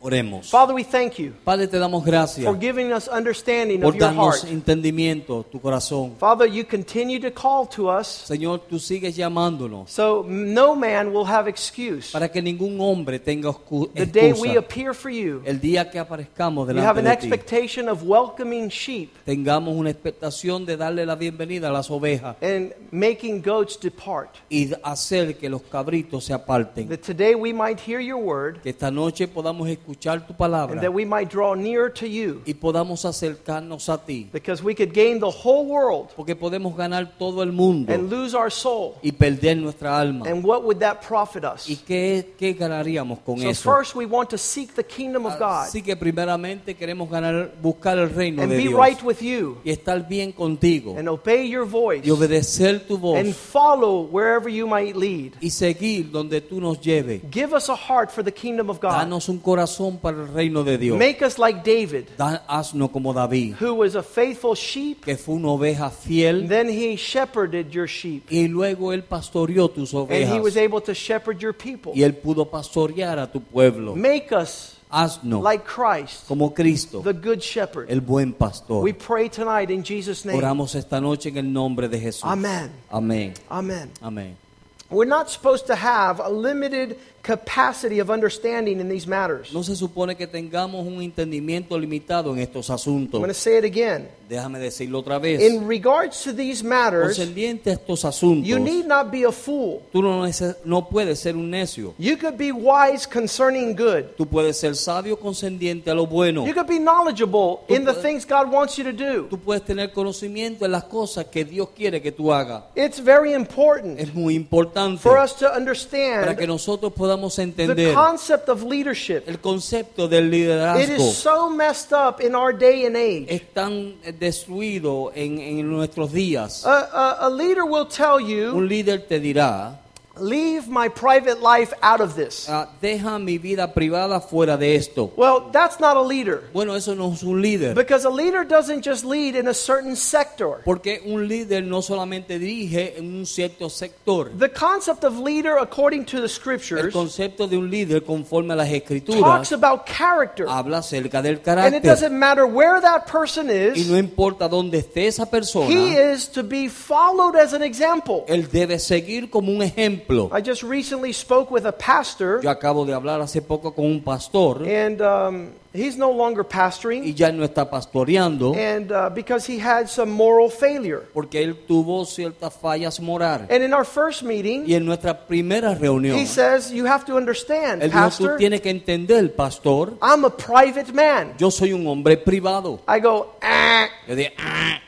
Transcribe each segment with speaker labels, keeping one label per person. Speaker 1: Oremos.
Speaker 2: Father, we thank you
Speaker 1: Padre, te damos
Speaker 2: for
Speaker 1: gracias
Speaker 2: giving us understanding of
Speaker 1: por
Speaker 2: your heart.
Speaker 1: darnos entendimiento, tu corazón.
Speaker 2: Father, you continue to call to us
Speaker 1: Señor, tú sigues llamándonos
Speaker 2: so no man will have excuse.
Speaker 1: para que ningún hombre tenga oscu-
Speaker 2: The day we
Speaker 1: excusa.
Speaker 2: appear for you,
Speaker 1: El día que aparezcamos
Speaker 2: you have
Speaker 1: delante
Speaker 2: an
Speaker 1: de ti,
Speaker 2: expectation of welcoming sheep
Speaker 1: tengamos una expectación de darle la bienvenida a las ovejas
Speaker 2: and making goats depart.
Speaker 1: y hacer que los cabritos se aparten.
Speaker 2: That today we might hear your word
Speaker 1: Que esta noche podamos escuchar tu
Speaker 2: and
Speaker 1: palabra
Speaker 2: that we might draw near to you
Speaker 1: y podamos acercarnos a ti.
Speaker 2: because we could gain the whole world
Speaker 1: Porque podemos ganar todo el mundo
Speaker 2: and lose our soul.
Speaker 1: y perder nuestra alma.
Speaker 2: And what would that profit us?
Speaker 1: ¿Y qué, qué ganaríamos con
Speaker 2: So,
Speaker 1: eso? Ah,
Speaker 2: first, we want to seek the kingdom of God
Speaker 1: Así que primeramente queremos ganar, buscar el reino
Speaker 2: and
Speaker 1: de
Speaker 2: be
Speaker 1: Dios
Speaker 2: right with you
Speaker 1: y estar bien contigo
Speaker 2: and obey your voice.
Speaker 1: y obedecer tu voz
Speaker 2: and follow wherever you might lead.
Speaker 1: y seguir donde tú nos lleves.
Speaker 2: Give us a heart for the kingdom of God.
Speaker 1: Danos un corazón para el reino de Dios.
Speaker 2: Make us like David,
Speaker 1: Da- haznos como David,
Speaker 2: who was a faithful sheep,
Speaker 1: que fue una oveja
Speaker 2: and
Speaker 1: fiel
Speaker 2: then he shepherded your sheep,
Speaker 1: y luego él pastoreó tus
Speaker 2: and he
Speaker 1: ovejas
Speaker 2: was able to shepherd your people.
Speaker 1: y él pudo pastorear a tu pueblo.
Speaker 2: Make us
Speaker 1: Haznos
Speaker 2: like Christ,
Speaker 1: como Cristo,
Speaker 2: the good shepherd.
Speaker 1: el buen pastor.
Speaker 2: We pray tonight in Jesus' name.
Speaker 1: Oramos esta noche en el nombre de Jesús.
Speaker 2: Amén.
Speaker 1: Amén.
Speaker 2: Amen.
Speaker 1: Amén.
Speaker 2: We're not supposed to have a limited capacity of understanding in these matters.
Speaker 1: No se supone que tengamos un entendimiento limitado en estos
Speaker 2: I'm going to
Speaker 1: asuntos.
Speaker 2: say it again.
Speaker 1: Déjame decirlo otra vez.
Speaker 2: In regards to these matters,
Speaker 1: Concerniente a estos
Speaker 2: you need
Speaker 1: asuntos,
Speaker 2: not be a fool.
Speaker 1: tú no, nece- no puedes ser un necio.
Speaker 2: You could be wise concerning good.
Speaker 1: Tú puedes ser sabio concerniente a lo bueno.
Speaker 2: You could be knowledgeable in the things God wants you to do.
Speaker 1: Tú puedes tener conocimiento de las cosas que Dios quiere que tú hagas.
Speaker 2: It's very important
Speaker 1: Es muy importante
Speaker 2: for us to
Speaker 1: para que
Speaker 2: understand
Speaker 1: nosotros podamos
Speaker 2: the
Speaker 1: entender
Speaker 2: concept of leadership.
Speaker 1: el concepto del
Speaker 2: It
Speaker 1: liderazgo.
Speaker 2: is so messed up in our day and age.
Speaker 1: Es tan destruido en, en nuestros días.
Speaker 2: A, a, a leader will tell
Speaker 1: Un
Speaker 2: you,
Speaker 1: líder te dirá,
Speaker 2: leave my private life out of this.
Speaker 1: "Ah, deja mi vida privada fuera de esto.
Speaker 2: Well, that's not a leader.
Speaker 1: Bueno, eso no es un líder.
Speaker 2: Because a leader doesn't just lead in a certain sector.
Speaker 1: Porque un líder no solamente dirige en un cierto sector.
Speaker 2: The concept of leader, according to the
Speaker 1: El
Speaker 2: scriptures,
Speaker 1: concepto de un líder conforme a las
Speaker 2: talks
Speaker 1: escrituras
Speaker 2: about character.
Speaker 1: habla acerca del
Speaker 2: And it
Speaker 1: carácter.
Speaker 2: doesn't matter where that person
Speaker 1: Y no
Speaker 2: is,
Speaker 1: importa dónde esté esa
Speaker 2: he
Speaker 1: persona,
Speaker 2: is to be followed as an example.
Speaker 1: él debe seguir como un ejemplo.
Speaker 2: I just recently spoke with a pastor,
Speaker 1: Yo acabo de hablar hace poco con un pastor
Speaker 2: and um, he's no longer
Speaker 1: y
Speaker 2: pastoring,
Speaker 1: ya no está pastoreando
Speaker 2: and uh, because he had some moral failure.
Speaker 1: porque él tuvo ciertas fallas morales.
Speaker 2: And in our first meeting,
Speaker 1: Y en nuestra primera reunión,
Speaker 2: eh, he says, "You have to understand,
Speaker 1: Él dijo, tú
Speaker 2: pastor,
Speaker 1: tienes que entender, pastor,
Speaker 2: I'm a private man."
Speaker 1: yo soy un hombre privado.
Speaker 2: I go, "Ah,
Speaker 1: Yo dije, "Ah,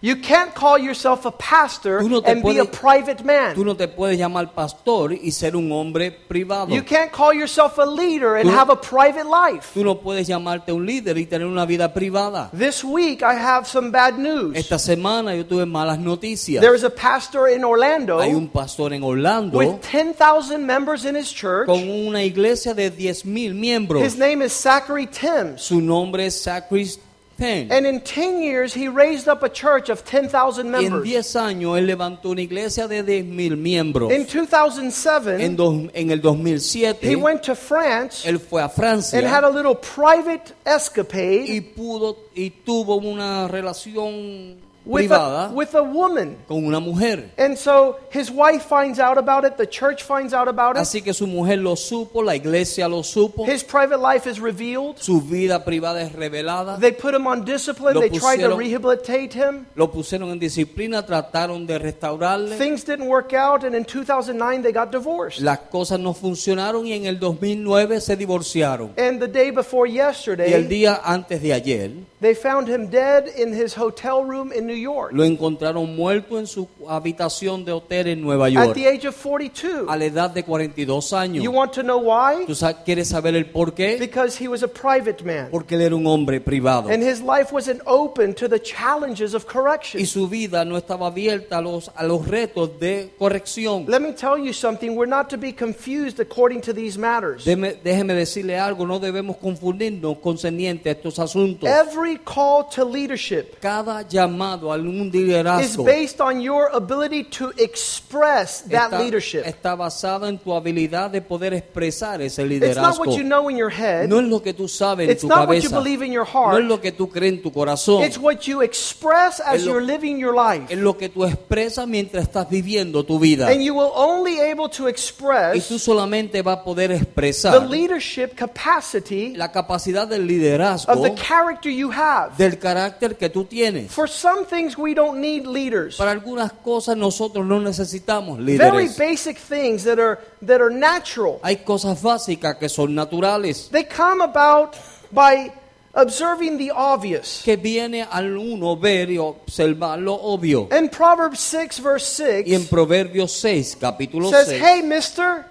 Speaker 2: "You can't call yourself a pastor
Speaker 1: Tú no te
Speaker 2: and be a
Speaker 1: puedes-
Speaker 2: private
Speaker 1: tú
Speaker 2: man.
Speaker 1: no te puedes llamar pastor y ser un hombre privado.
Speaker 2: You can't call yourself a leader and
Speaker 1: Tú-
Speaker 2: have a private life."
Speaker 1: Tú no puedes llamarte un líder y tener una vida privada.
Speaker 2: This week I have some bad news.
Speaker 1: Esta semana yo tuve malas noticias.
Speaker 2: There is a pastor in
Speaker 1: Hay
Speaker 2: Orlando
Speaker 1: un pastor en Orlando
Speaker 2: with 10,000 members in his church.
Speaker 1: con una iglesia de 10.000 miembros.
Speaker 2: His name is Zachary Timms.
Speaker 1: Su nombre es Sacris Ten.
Speaker 2: And in 10 years, he raised up a church of 10,000
Speaker 1: Y en
Speaker 2: members.
Speaker 1: 10 años él levantó una iglesia de 10.000 miembros.
Speaker 2: In
Speaker 1: En,
Speaker 2: 2007,
Speaker 1: dos- en el 2007
Speaker 2: he went to France
Speaker 1: él fue a Francia.
Speaker 2: and had a little private
Speaker 1: y
Speaker 2: escapade
Speaker 1: pudo y tuvo una relación
Speaker 2: with
Speaker 1: privada
Speaker 2: a, with a woman.
Speaker 1: con una mujer.
Speaker 2: And so his wife finds out about it, the church finds out about it,
Speaker 1: Así que su mujer lo supo, la iglesia lo supo,
Speaker 2: his private life is revealed.
Speaker 1: su vida privada es revelada.
Speaker 2: They put him on discipline,
Speaker 1: Lo
Speaker 2: they tried to
Speaker 1: pusieron-
Speaker 2: rehabilitate him.
Speaker 1: Lo pusieron en disciplina, trataron de restaurarle.
Speaker 2: Things didn't work out, and in 2009 they got divorced.
Speaker 1: Las cosas no funcionaron y en el 2009 se divorciaron.
Speaker 2: And the day before
Speaker 1: Y el
Speaker 2: yesterday,
Speaker 1: día antes de ayer
Speaker 2: they found him dead in his hotel room in New York
Speaker 1: Lo encontraron muerto en su habitación de hotel en Nueva
Speaker 2: at
Speaker 1: York
Speaker 2: the age of 42.
Speaker 1: a la edad de 42 años.
Speaker 2: You want to know why?
Speaker 1: ¿Tú sa- quieres saber el por qué?
Speaker 2: Because he was a private man.
Speaker 1: Porque él era un hombre privado.
Speaker 2: And his life wasn't open to the challenges of correction.
Speaker 1: Y su vida no estaba abierta a los, a los retos de corrección.
Speaker 2: Let me tell you something. We're not to be confused according to these matters.
Speaker 1: Deme- déjeme decirle algo, no debemos confundirnos concerniente a estos asuntos.
Speaker 2: Every call to leadership
Speaker 1: Cada llamado a un
Speaker 2: is
Speaker 1: liderazgo
Speaker 2: based on your ability to express that
Speaker 1: está,
Speaker 2: leadership.
Speaker 1: está basada en tu habilidad de poder expresar ese
Speaker 2: It's not
Speaker 1: liderazgo.
Speaker 2: what you know in your head.
Speaker 1: No es lo que tú sabes en
Speaker 2: It's
Speaker 1: tu
Speaker 2: not what you
Speaker 1: cabeza.
Speaker 2: believe in your
Speaker 1: No es
Speaker 2: heart.
Speaker 1: lo que tú crees en tu corazón.
Speaker 2: It's what you express as
Speaker 1: Es lo-
Speaker 2: you're living your life.
Speaker 1: Es lo que tú expresas mientras estás viviendo tu vida.
Speaker 2: And you will only able to
Speaker 1: Y tú
Speaker 2: express
Speaker 1: solamente vas a poder
Speaker 2: the
Speaker 1: expresar
Speaker 2: leadership capacity
Speaker 1: la capacidad del
Speaker 2: of
Speaker 1: liderazgo,
Speaker 2: the character you have.
Speaker 1: del carácter que tú tienes.
Speaker 2: For some things we don't need leaders.
Speaker 1: Para algunas cosas nosotros no necesitamos
Speaker 2: Very
Speaker 1: líderes.
Speaker 2: basic things that are that are natural.
Speaker 1: Hay cosas básicas que son naturales,
Speaker 2: They come about by observing the obvious.
Speaker 1: que viene al uno ver y observar lo obvio.
Speaker 2: In Proverbs 6 verse 6
Speaker 1: Y en Proverbios 6, capítulo
Speaker 2: says,
Speaker 1: 6,
Speaker 2: "Hey, mister,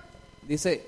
Speaker 1: dice,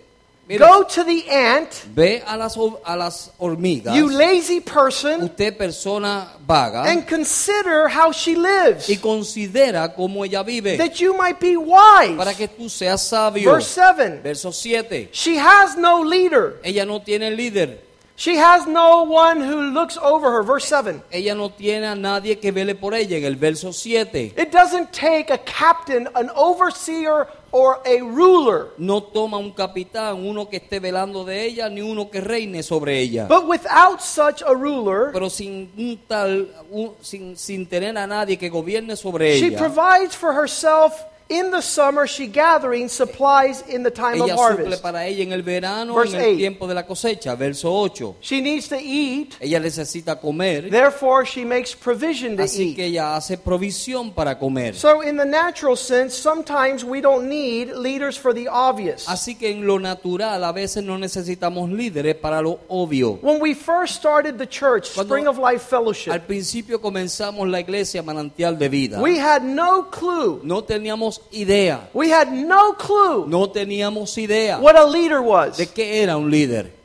Speaker 1: mira,
Speaker 2: go to the ant,
Speaker 1: ve a las, hor- a las hormigas,
Speaker 2: you lazy person,
Speaker 1: usted persona vaga,
Speaker 2: and consider how she lives,
Speaker 1: Ah. y considera cómo ella vive,
Speaker 2: that you might be
Speaker 1: para
Speaker 2: wise."
Speaker 1: que tú seas sabio.
Speaker 2: Verse 7.
Speaker 1: Verso 7,
Speaker 2: She has no leader.
Speaker 1: ella no tiene líder,
Speaker 2: She has no one who looks over her. Verse 7.
Speaker 1: ella no tiene a nadie que vele por ella, en el verso 7.
Speaker 2: It doesn't take a captain, an overseer, or a ruler.
Speaker 1: No toma un capitán, uno que esté velando de ella, ni uno que reine sobre ella.
Speaker 2: But without such a ruler,
Speaker 1: pero sin un tal un- sin, sin tener a nadie que gobierne sobre
Speaker 2: she
Speaker 1: ella
Speaker 2: provides for herself in the summer, she gathering supplies in the time of
Speaker 1: ella suple
Speaker 2: harvest.
Speaker 1: para ella en el verano en
Speaker 2: Verse
Speaker 1: el
Speaker 2: eight.
Speaker 1: tiempo de la cosecha verso 8
Speaker 2: She needs to eat,
Speaker 1: ella necesita comer
Speaker 2: therefore, she makes provision to
Speaker 1: así que
Speaker 2: eat.
Speaker 1: ella hace provisión para comer
Speaker 2: So, in the natural sense, sometimes we don't need leaders for the obvious.
Speaker 1: así que en lo natural a veces no necesitamos líderes para lo obvio
Speaker 2: When we first started the church,
Speaker 1: Cuando-
Speaker 2: Spring of Life
Speaker 1: al
Speaker 2: Fellowship,
Speaker 1: principio comenzamos la iglesia manantial de vida
Speaker 2: we had no clue.
Speaker 1: no teníamos idea
Speaker 2: We had no clue
Speaker 1: no teníamos idea
Speaker 2: what a leader was.
Speaker 1: de qué era un líder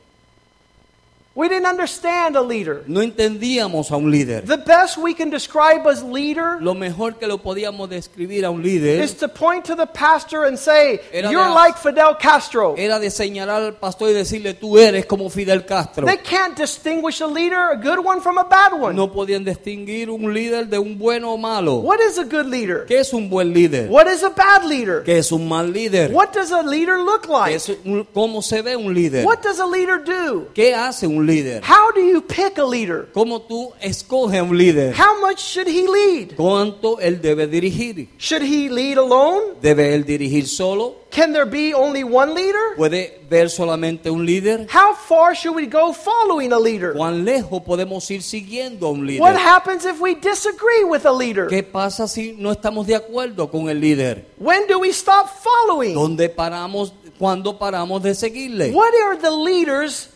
Speaker 2: We didn't understand a leader.
Speaker 1: no entendíamos a un líder
Speaker 2: The best we can describe as leader
Speaker 1: Lo mejor que lo podíamos describir a un líder
Speaker 2: is to point to the pastor and say,
Speaker 1: Era de
Speaker 2: You're
Speaker 1: as-
Speaker 2: like Fidel Castro.
Speaker 1: era de señalar al pastor y decirle tú eres como Fidel Castro.
Speaker 2: They can't distinguish a leader, a good one, from a bad one.
Speaker 1: No podían distinguir un líder de un bueno o malo.
Speaker 2: What is a good leader?
Speaker 1: ¿Qué es un buen líder?
Speaker 2: What is a bad leader?
Speaker 1: ¿Qué es un mal líder?
Speaker 2: What does a leader look
Speaker 1: ¿Qué
Speaker 2: like?
Speaker 1: es un- ¿Cómo se ve un líder?
Speaker 2: What does a leader do?
Speaker 1: ¿Qué hace un líder?
Speaker 2: How do you pick a leader?
Speaker 1: ¿Cómo tú escoges a un líder?
Speaker 2: How much should he lead?
Speaker 1: ¿Cuánto él debe dirigir?
Speaker 2: Should he lead alone?
Speaker 1: ¿Debe él dirigir solo?
Speaker 2: Can there be only one leader?
Speaker 1: ¿Puede ver solamente un líder?
Speaker 2: How far should we go following a leader?
Speaker 1: ¿Cuán lejos podemos ir siguiendo a un líder?
Speaker 2: What happens if we disagree with a leader?
Speaker 1: ¿Qué pasa si no estamos de acuerdo con el líder?
Speaker 2: When do we stop following?
Speaker 1: ¿Dónde paramos? ¿Cuándo paramos de seguirle?
Speaker 2: What are the leader's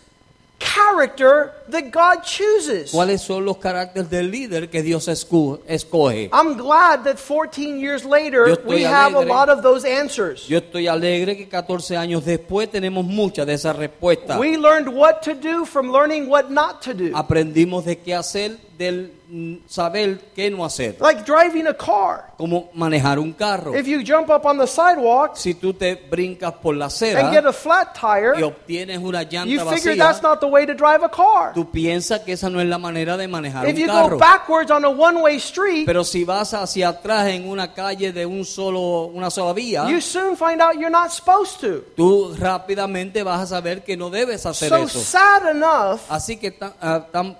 Speaker 2: character that God chooses?
Speaker 1: ¿Cuáles son los caracteres del líder que Dios escu- escoge?
Speaker 2: I'm glad that 14 years
Speaker 1: Yo
Speaker 2: later
Speaker 1: estoy
Speaker 2: we have a
Speaker 1: alegre.
Speaker 2: lot of those answers.
Speaker 1: Yo estoy alegre que 14 años después tenemos muchas de esas respuestas.
Speaker 2: We learned what to do from learning what not to do.
Speaker 1: Aprendimos de qué hacer, del mm, saber qué no hacer.
Speaker 2: Like driving a car.
Speaker 1: Cómo manejar un carro.
Speaker 2: If you jump up on the sidewalk
Speaker 1: Si tú te brincas por la
Speaker 2: and get
Speaker 1: acera
Speaker 2: a flat
Speaker 1: y
Speaker 2: tire,
Speaker 1: obtienes una llanta
Speaker 2: you figure
Speaker 1: vacía,
Speaker 2: that's not the way to drive a car.
Speaker 1: tú piensas que esa no es la manera de manejar
Speaker 2: If
Speaker 1: un
Speaker 2: you go
Speaker 1: carro.
Speaker 2: backwards on a one-way street,
Speaker 1: Pero si vas hacia atrás en una calle de un solo, una sola vía,
Speaker 2: you soon find out you're not supposed to.
Speaker 1: tú rápidamente vas a saber que no debes hacer
Speaker 2: So
Speaker 1: eso.
Speaker 2: sad enough,
Speaker 1: Así que tan, ah, tan,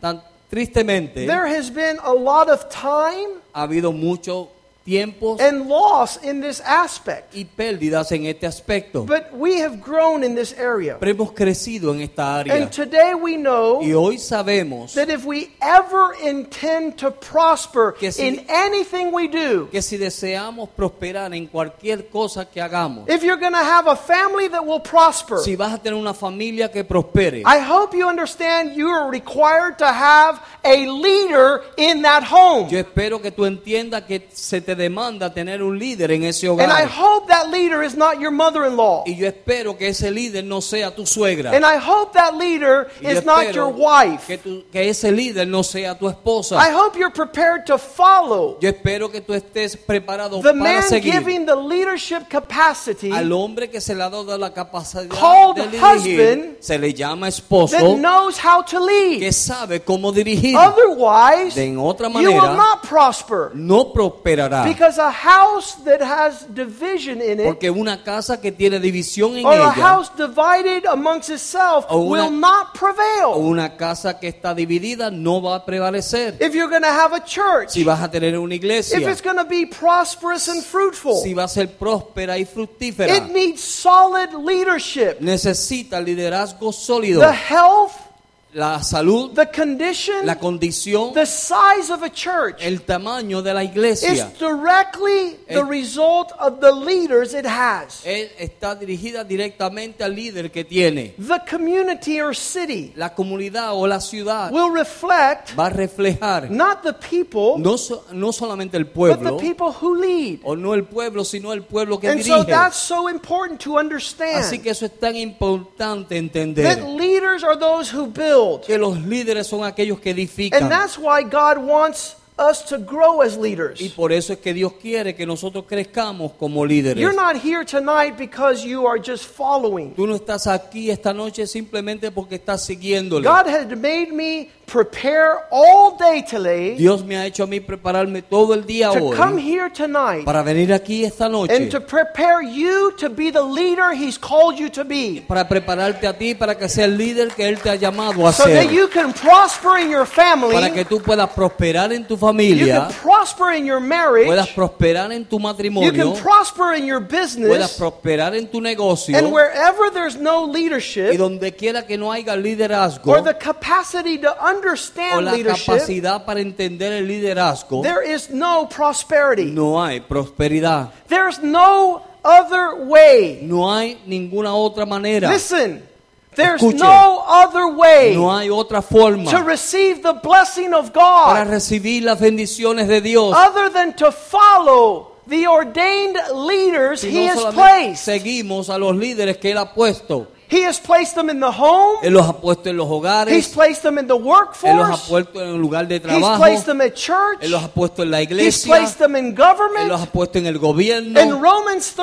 Speaker 1: tan tristemente
Speaker 2: there has been a lot of time
Speaker 1: ha habido mucho tiempos
Speaker 2: and loss in this aspect.
Speaker 1: y pérdidas en este aspecto.
Speaker 2: But we have grown in this area.
Speaker 1: Pero hemos crecido en esta área.
Speaker 2: And today we
Speaker 1: Y
Speaker 2: know
Speaker 1: hoy sabemos
Speaker 2: that if we ever intend to prosper
Speaker 1: Que si-
Speaker 2: in anything we do,
Speaker 1: que si deseamos prosperar en cualquier cosa que hagamos,
Speaker 2: if you're going to have a family that will prosper,
Speaker 1: si vas a tener una familia que prospere,
Speaker 2: I hope you understand you are required to have a leader in that home.
Speaker 1: yo espero que tú entiendas que se te demanda tener un líder en ese
Speaker 2: And I
Speaker 1: hogar.
Speaker 2: hope that leader is not your mother in law.
Speaker 1: Y yo espero que ese líder no sea tu suegra.
Speaker 2: And I hope that leader
Speaker 1: Y yo
Speaker 2: is not
Speaker 1: espero
Speaker 2: your wife.
Speaker 1: Que, tu- que ese líder no sea tu esposa.
Speaker 2: I hope you're prepared to follow
Speaker 1: Yo espero que tú estés preparado
Speaker 2: the
Speaker 1: para
Speaker 2: man
Speaker 1: seguir
Speaker 2: giving the leadership capacity
Speaker 1: al hombre que se le ha dado la capacidad
Speaker 2: Called
Speaker 1: de dirigir.
Speaker 2: husband
Speaker 1: se le llama esposo
Speaker 2: that knows how to
Speaker 1: que
Speaker 2: lead.
Speaker 1: sabe cómo dirigir.
Speaker 2: Otherwise,
Speaker 1: De en otra
Speaker 2: you will
Speaker 1: manera,
Speaker 2: not prosper
Speaker 1: no prosperará
Speaker 2: because a house that has division in it
Speaker 1: porque una casa que tiene división en
Speaker 2: or a
Speaker 1: ella
Speaker 2: house divided amongst itself
Speaker 1: O una-
Speaker 2: will not
Speaker 1: o
Speaker 2: prevail.
Speaker 1: una casa que está dividida no va a prevalecer.
Speaker 2: If you're going to have a church,
Speaker 1: Si vas a tener una
Speaker 2: if
Speaker 1: iglesia,
Speaker 2: it's going to be prosperous and fruitful,
Speaker 1: si va a ser próspera y fructífera,
Speaker 2: it needs solid leadership.
Speaker 1: necesita liderazgo sólido.
Speaker 2: the health,
Speaker 1: La salud,
Speaker 2: the condition,
Speaker 1: la condición,
Speaker 2: the size of a church
Speaker 1: el tamaño de la
Speaker 2: is
Speaker 1: iglesia
Speaker 2: directly the
Speaker 1: El-
Speaker 2: result of the leaders it has.
Speaker 1: Él está dirigida directamente al líder que tiene.
Speaker 2: The community or city
Speaker 1: La comunidad o la ciudad
Speaker 2: will reflect
Speaker 1: va a reflejar
Speaker 2: not the people,
Speaker 1: no, so- no solamente el
Speaker 2: but the
Speaker 1: pueblo,
Speaker 2: people who lead.
Speaker 1: o no el pueblo, sino el pueblo que
Speaker 2: And so
Speaker 1: dirige.
Speaker 2: that's so important to
Speaker 1: Así que
Speaker 2: understand
Speaker 1: eso es tan importante entender.
Speaker 2: that leaders are those who build.
Speaker 1: Que los líderes son aquellos que edifican.
Speaker 2: And that's why God wants us to grow as
Speaker 1: Y
Speaker 2: leaders.
Speaker 1: por eso es que Dios quiere que nosotros crezcamos como líderes.
Speaker 2: You're not here tonight because you are just following.
Speaker 1: Tú no estás aquí esta noche simplemente porque estás siguiéndole.
Speaker 2: God had made me prepare all day today
Speaker 1: Dios me ha hecho a mí prepararme todo el día
Speaker 2: to come
Speaker 1: hoy
Speaker 2: here tonight
Speaker 1: para venir aquí esta noche.
Speaker 2: and to prepare you to be the leader He's called you to be.
Speaker 1: para prepararte a ti para que seas el líder que Él te ha llamado a
Speaker 2: So that
Speaker 1: ser.
Speaker 2: you can prosper in your
Speaker 1: Para que
Speaker 2: family,
Speaker 1: tú puedas prosperar en tu
Speaker 2: you can
Speaker 1: familia,
Speaker 2: prosper in your
Speaker 1: puedas
Speaker 2: marriage,
Speaker 1: prosperar en tu
Speaker 2: you can
Speaker 1: matrimonio,
Speaker 2: prosper in your
Speaker 1: puedas
Speaker 2: business,
Speaker 1: prosperar en tu negocio.
Speaker 2: and wherever there's no
Speaker 1: Y
Speaker 2: leadership
Speaker 1: donde quiera que no haya liderazgo
Speaker 2: or the capacity to
Speaker 1: o
Speaker 2: understand
Speaker 1: la
Speaker 2: leadership,
Speaker 1: capacidad para entender el liderazgo,
Speaker 2: there is no prosperity.
Speaker 1: no hay prosperidad.
Speaker 2: There's no other way.
Speaker 1: No hay ninguna otra manera.
Speaker 2: Listen, there's
Speaker 1: Escuche.
Speaker 2: no other way
Speaker 1: No hay otra
Speaker 2: to
Speaker 1: forma
Speaker 2: receive the blessing of
Speaker 1: para
Speaker 2: God
Speaker 1: recibir las bendiciones de Dios.
Speaker 2: other than to follow the ordained leaders
Speaker 1: Si
Speaker 2: He
Speaker 1: no
Speaker 2: has
Speaker 1: solamente
Speaker 2: placed.
Speaker 1: seguimos a los líderes que Él ha puesto.
Speaker 2: He has placed them in the home,
Speaker 1: Él los ha puesto en los
Speaker 2: He's
Speaker 1: hogares,
Speaker 2: placed them in the
Speaker 1: Él los ha
Speaker 2: workforce,
Speaker 1: puesto en el lugar de
Speaker 2: He's
Speaker 1: trabajo,
Speaker 2: placed them at church,
Speaker 1: Él los ha puesto en la
Speaker 2: He's
Speaker 1: iglesia,
Speaker 2: placed them in
Speaker 1: Él los
Speaker 2: government.
Speaker 1: ha puesto en el gobierno.
Speaker 2: In Romans
Speaker 1: y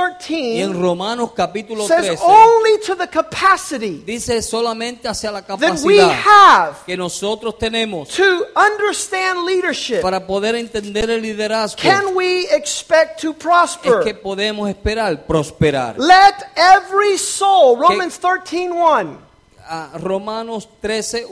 Speaker 1: en
Speaker 2: 13
Speaker 1: Romanos capítulo 13
Speaker 2: says only to the capacity
Speaker 1: dice solamente hacia la
Speaker 2: that we
Speaker 1: capacidad
Speaker 2: have
Speaker 1: que nosotros tenemos
Speaker 2: to understand leadership
Speaker 1: para poder entender el liderazgo
Speaker 2: can we expect to
Speaker 1: es
Speaker 2: prosper.
Speaker 1: que podemos esperar prosperar.
Speaker 2: Let every soul, Romans 13
Speaker 1: A Romanos 13:1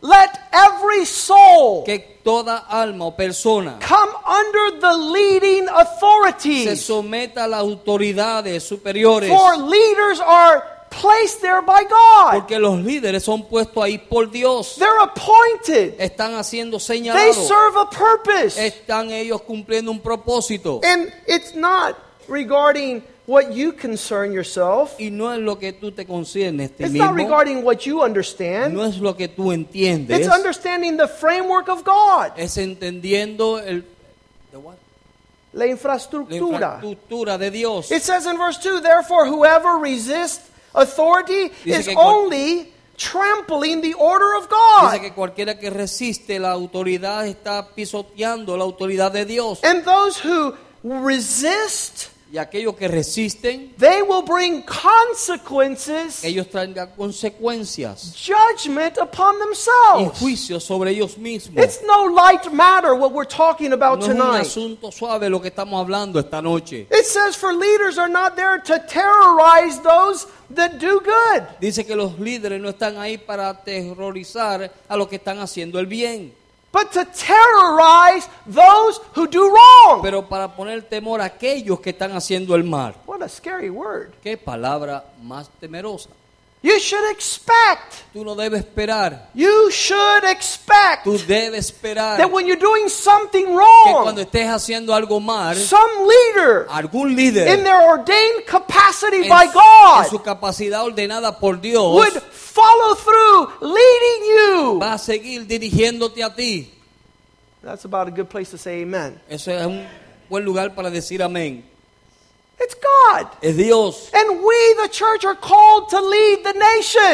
Speaker 2: let every soul
Speaker 1: que toda alma o persona
Speaker 2: come under the leading authority.
Speaker 1: se someta a las autoridades superiores
Speaker 2: For leaders are placed there by God,
Speaker 1: porque los líderes son puestos ahí por Dios.
Speaker 2: they're appointed,
Speaker 1: están haciendo
Speaker 2: they
Speaker 1: señalados.
Speaker 2: serve a purpose.
Speaker 1: Están ellos cumpliendo un propósito.
Speaker 2: And it's not regarding what you concern yourself,
Speaker 1: Y no es lo que tú te conciernes ti
Speaker 2: it's not
Speaker 1: mismo.
Speaker 2: regarding what you understand,
Speaker 1: No es lo que tú entiendes.
Speaker 2: it's understanding the framework of God,
Speaker 1: Es entendiendo el, the what?
Speaker 2: la
Speaker 1: la
Speaker 2: infraestructura.
Speaker 1: infraestructura de Dios.
Speaker 2: It says in verse 2 Therefore, whoever resists authority
Speaker 1: Dice
Speaker 2: is
Speaker 1: que cual-
Speaker 2: only trampling the order of
Speaker 1: Dice
Speaker 2: God.
Speaker 1: que cualquiera que resiste la autoridad está pisoteando la autoridad de Dios.
Speaker 2: And those who resist,
Speaker 1: Y aquellos que resisten,
Speaker 2: they will bring consequences,
Speaker 1: ellos traen consecuencias
Speaker 2: judgment upon
Speaker 1: y
Speaker 2: themselves.
Speaker 1: juicios sobre ellos mismos.
Speaker 2: It's no light matter what we're talking about
Speaker 1: No es un
Speaker 2: tonight.
Speaker 1: asunto suave lo que estamos hablando esta noche.
Speaker 2: It says, For leaders are not there to terrorize those that do good.
Speaker 1: Dice que los líderes no están ahí para aterrorizar a los que están haciendo el bien.
Speaker 2: but to terrorize those who do wrong.
Speaker 1: pero para poner temor a aquellos que están haciendo el mal.
Speaker 2: What a scary word.
Speaker 1: Qué palabra más temerosa.
Speaker 2: You should expect,
Speaker 1: Tú no debes esperar,
Speaker 2: you should expect
Speaker 1: tú debes esperar
Speaker 2: that
Speaker 1: que
Speaker 2: when you're doing something
Speaker 1: cuando
Speaker 2: wrong,
Speaker 1: estés haciendo algo mal,
Speaker 2: some leader
Speaker 1: algún líder
Speaker 2: in their ordained capacity
Speaker 1: en,
Speaker 2: by
Speaker 1: en
Speaker 2: God
Speaker 1: su capacidad ordenada por Dios
Speaker 2: would follow through, leading you.
Speaker 1: va a seguir dirigiéndote a ti.
Speaker 2: That's about a good place to say amen.
Speaker 1: Eso es un buen lugar para decir amén.
Speaker 2: It's God.
Speaker 1: Es Dios.
Speaker 2: And we, the church, are called to lead the
Speaker 1: Y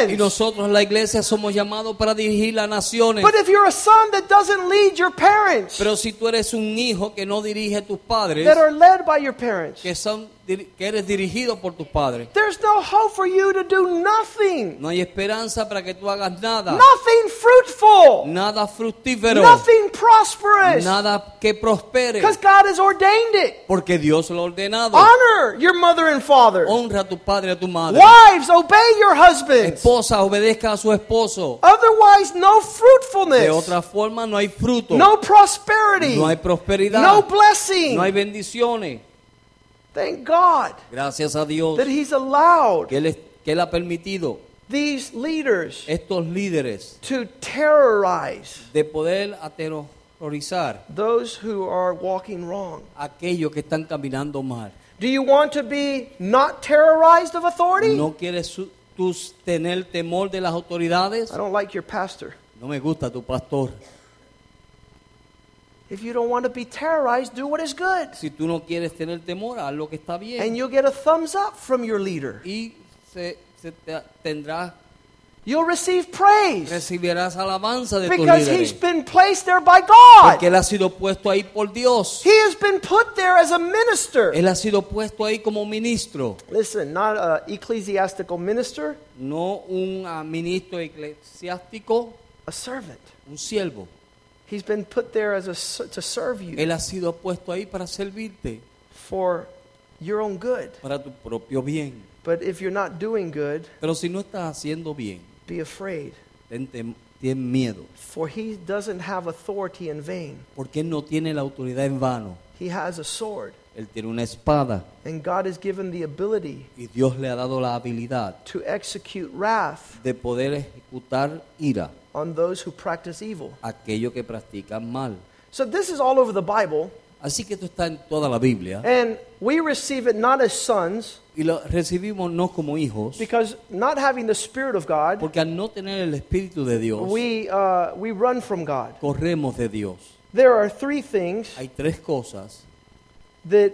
Speaker 2: nations.
Speaker 1: nosotros la iglesia somos llamados para dirigir las naciones.
Speaker 2: But if you're a son that doesn't lead your parents,
Speaker 1: Pero si tú eres un hijo que no dirige a tus padres,
Speaker 2: that are led by your parents,
Speaker 1: que, son, dir- que eres dirigido por tus padres,
Speaker 2: there's no hope for you to do nothing.
Speaker 1: no hay esperanza para que tú hagas nada.
Speaker 2: Nothing fruitful.
Speaker 1: Nada fructífero.
Speaker 2: Nothing prosperous.
Speaker 1: Nada que prospere.
Speaker 2: Because God has ordained it.
Speaker 1: Porque Dios lo ha ordenado.
Speaker 2: Honor your mother and father.
Speaker 1: Honra a tu padre y a tu madre.
Speaker 2: Wives, obey your husbands.
Speaker 1: Esposa, obedezca a su esposo.
Speaker 2: Otherwise, no
Speaker 1: De
Speaker 2: fruitfulness,
Speaker 1: otra forma no hay fruto.
Speaker 2: no prosperity,
Speaker 1: No hay prosperidad.
Speaker 2: no blessing.
Speaker 1: No hay bendiciones.
Speaker 2: Thank God
Speaker 1: Gracias a Dios
Speaker 2: that He's allowed
Speaker 1: que él, es- que él ha permitido
Speaker 2: these leaders
Speaker 1: estos líderes
Speaker 2: to terrorize
Speaker 1: de poder aterrorizar
Speaker 2: those who are walking wrong.
Speaker 1: a aquellos que están caminando mal.
Speaker 2: Do you want to be not terrorized of authority?
Speaker 1: ¿No quieres su- tú tener temor de las autoridades?
Speaker 2: I don't like your pastor.
Speaker 1: No me gusta tu pastor.
Speaker 2: If you don't want to be terrorized, do what is good.
Speaker 1: Si tú no quieres tener temor, haz lo que está bien.
Speaker 2: And you'll get a thumbs up from your leader.
Speaker 1: Y se, se te- tendrás,
Speaker 2: You'll receive praise
Speaker 1: recibirás alabanza de tus
Speaker 2: because he's
Speaker 1: líderes.
Speaker 2: been placed there by God.
Speaker 1: Porque él ha sido puesto ahí por Dios.
Speaker 2: He has been put there as a minister.
Speaker 1: Él ha sido puesto ahí como ministro.
Speaker 2: Listen, not an ecclesiastical minister,
Speaker 1: No un ah, ministro eclesiástico,
Speaker 2: a servant.
Speaker 1: un siervo.
Speaker 2: He's been put there as a, s- to serve you
Speaker 1: Él ha sido puesto ahí para servirte,
Speaker 2: for your own good.
Speaker 1: para tu propio bien.
Speaker 2: But if you're not doing good,
Speaker 1: Pero si no estás haciendo bien,
Speaker 2: be afraid,
Speaker 1: ten, tem- ten miedo.
Speaker 2: for he doesn't have authority in vain.
Speaker 1: Porque él no tiene la autoridad en vano.
Speaker 2: He has a sword,
Speaker 1: Él tiene una espada.
Speaker 2: and God has given the ability
Speaker 1: Y Dios le ha dado la habilidad
Speaker 2: to execute wrath
Speaker 1: de poder ejecutar ira
Speaker 2: on those who practice evil.
Speaker 1: a aquellos que practican mal.
Speaker 2: So this is all over the Bible,
Speaker 1: Así que esto está en toda la Biblia.
Speaker 2: and we receive it not as sons,
Speaker 1: Y lo recibimos no como hijos.
Speaker 2: because not having the Spirit of God,
Speaker 1: Porque al no tener el Espíritu de Dios,
Speaker 2: we, uh, we run from God.
Speaker 1: corremos de Dios.
Speaker 2: There are three things
Speaker 1: Hay tres cosas
Speaker 2: that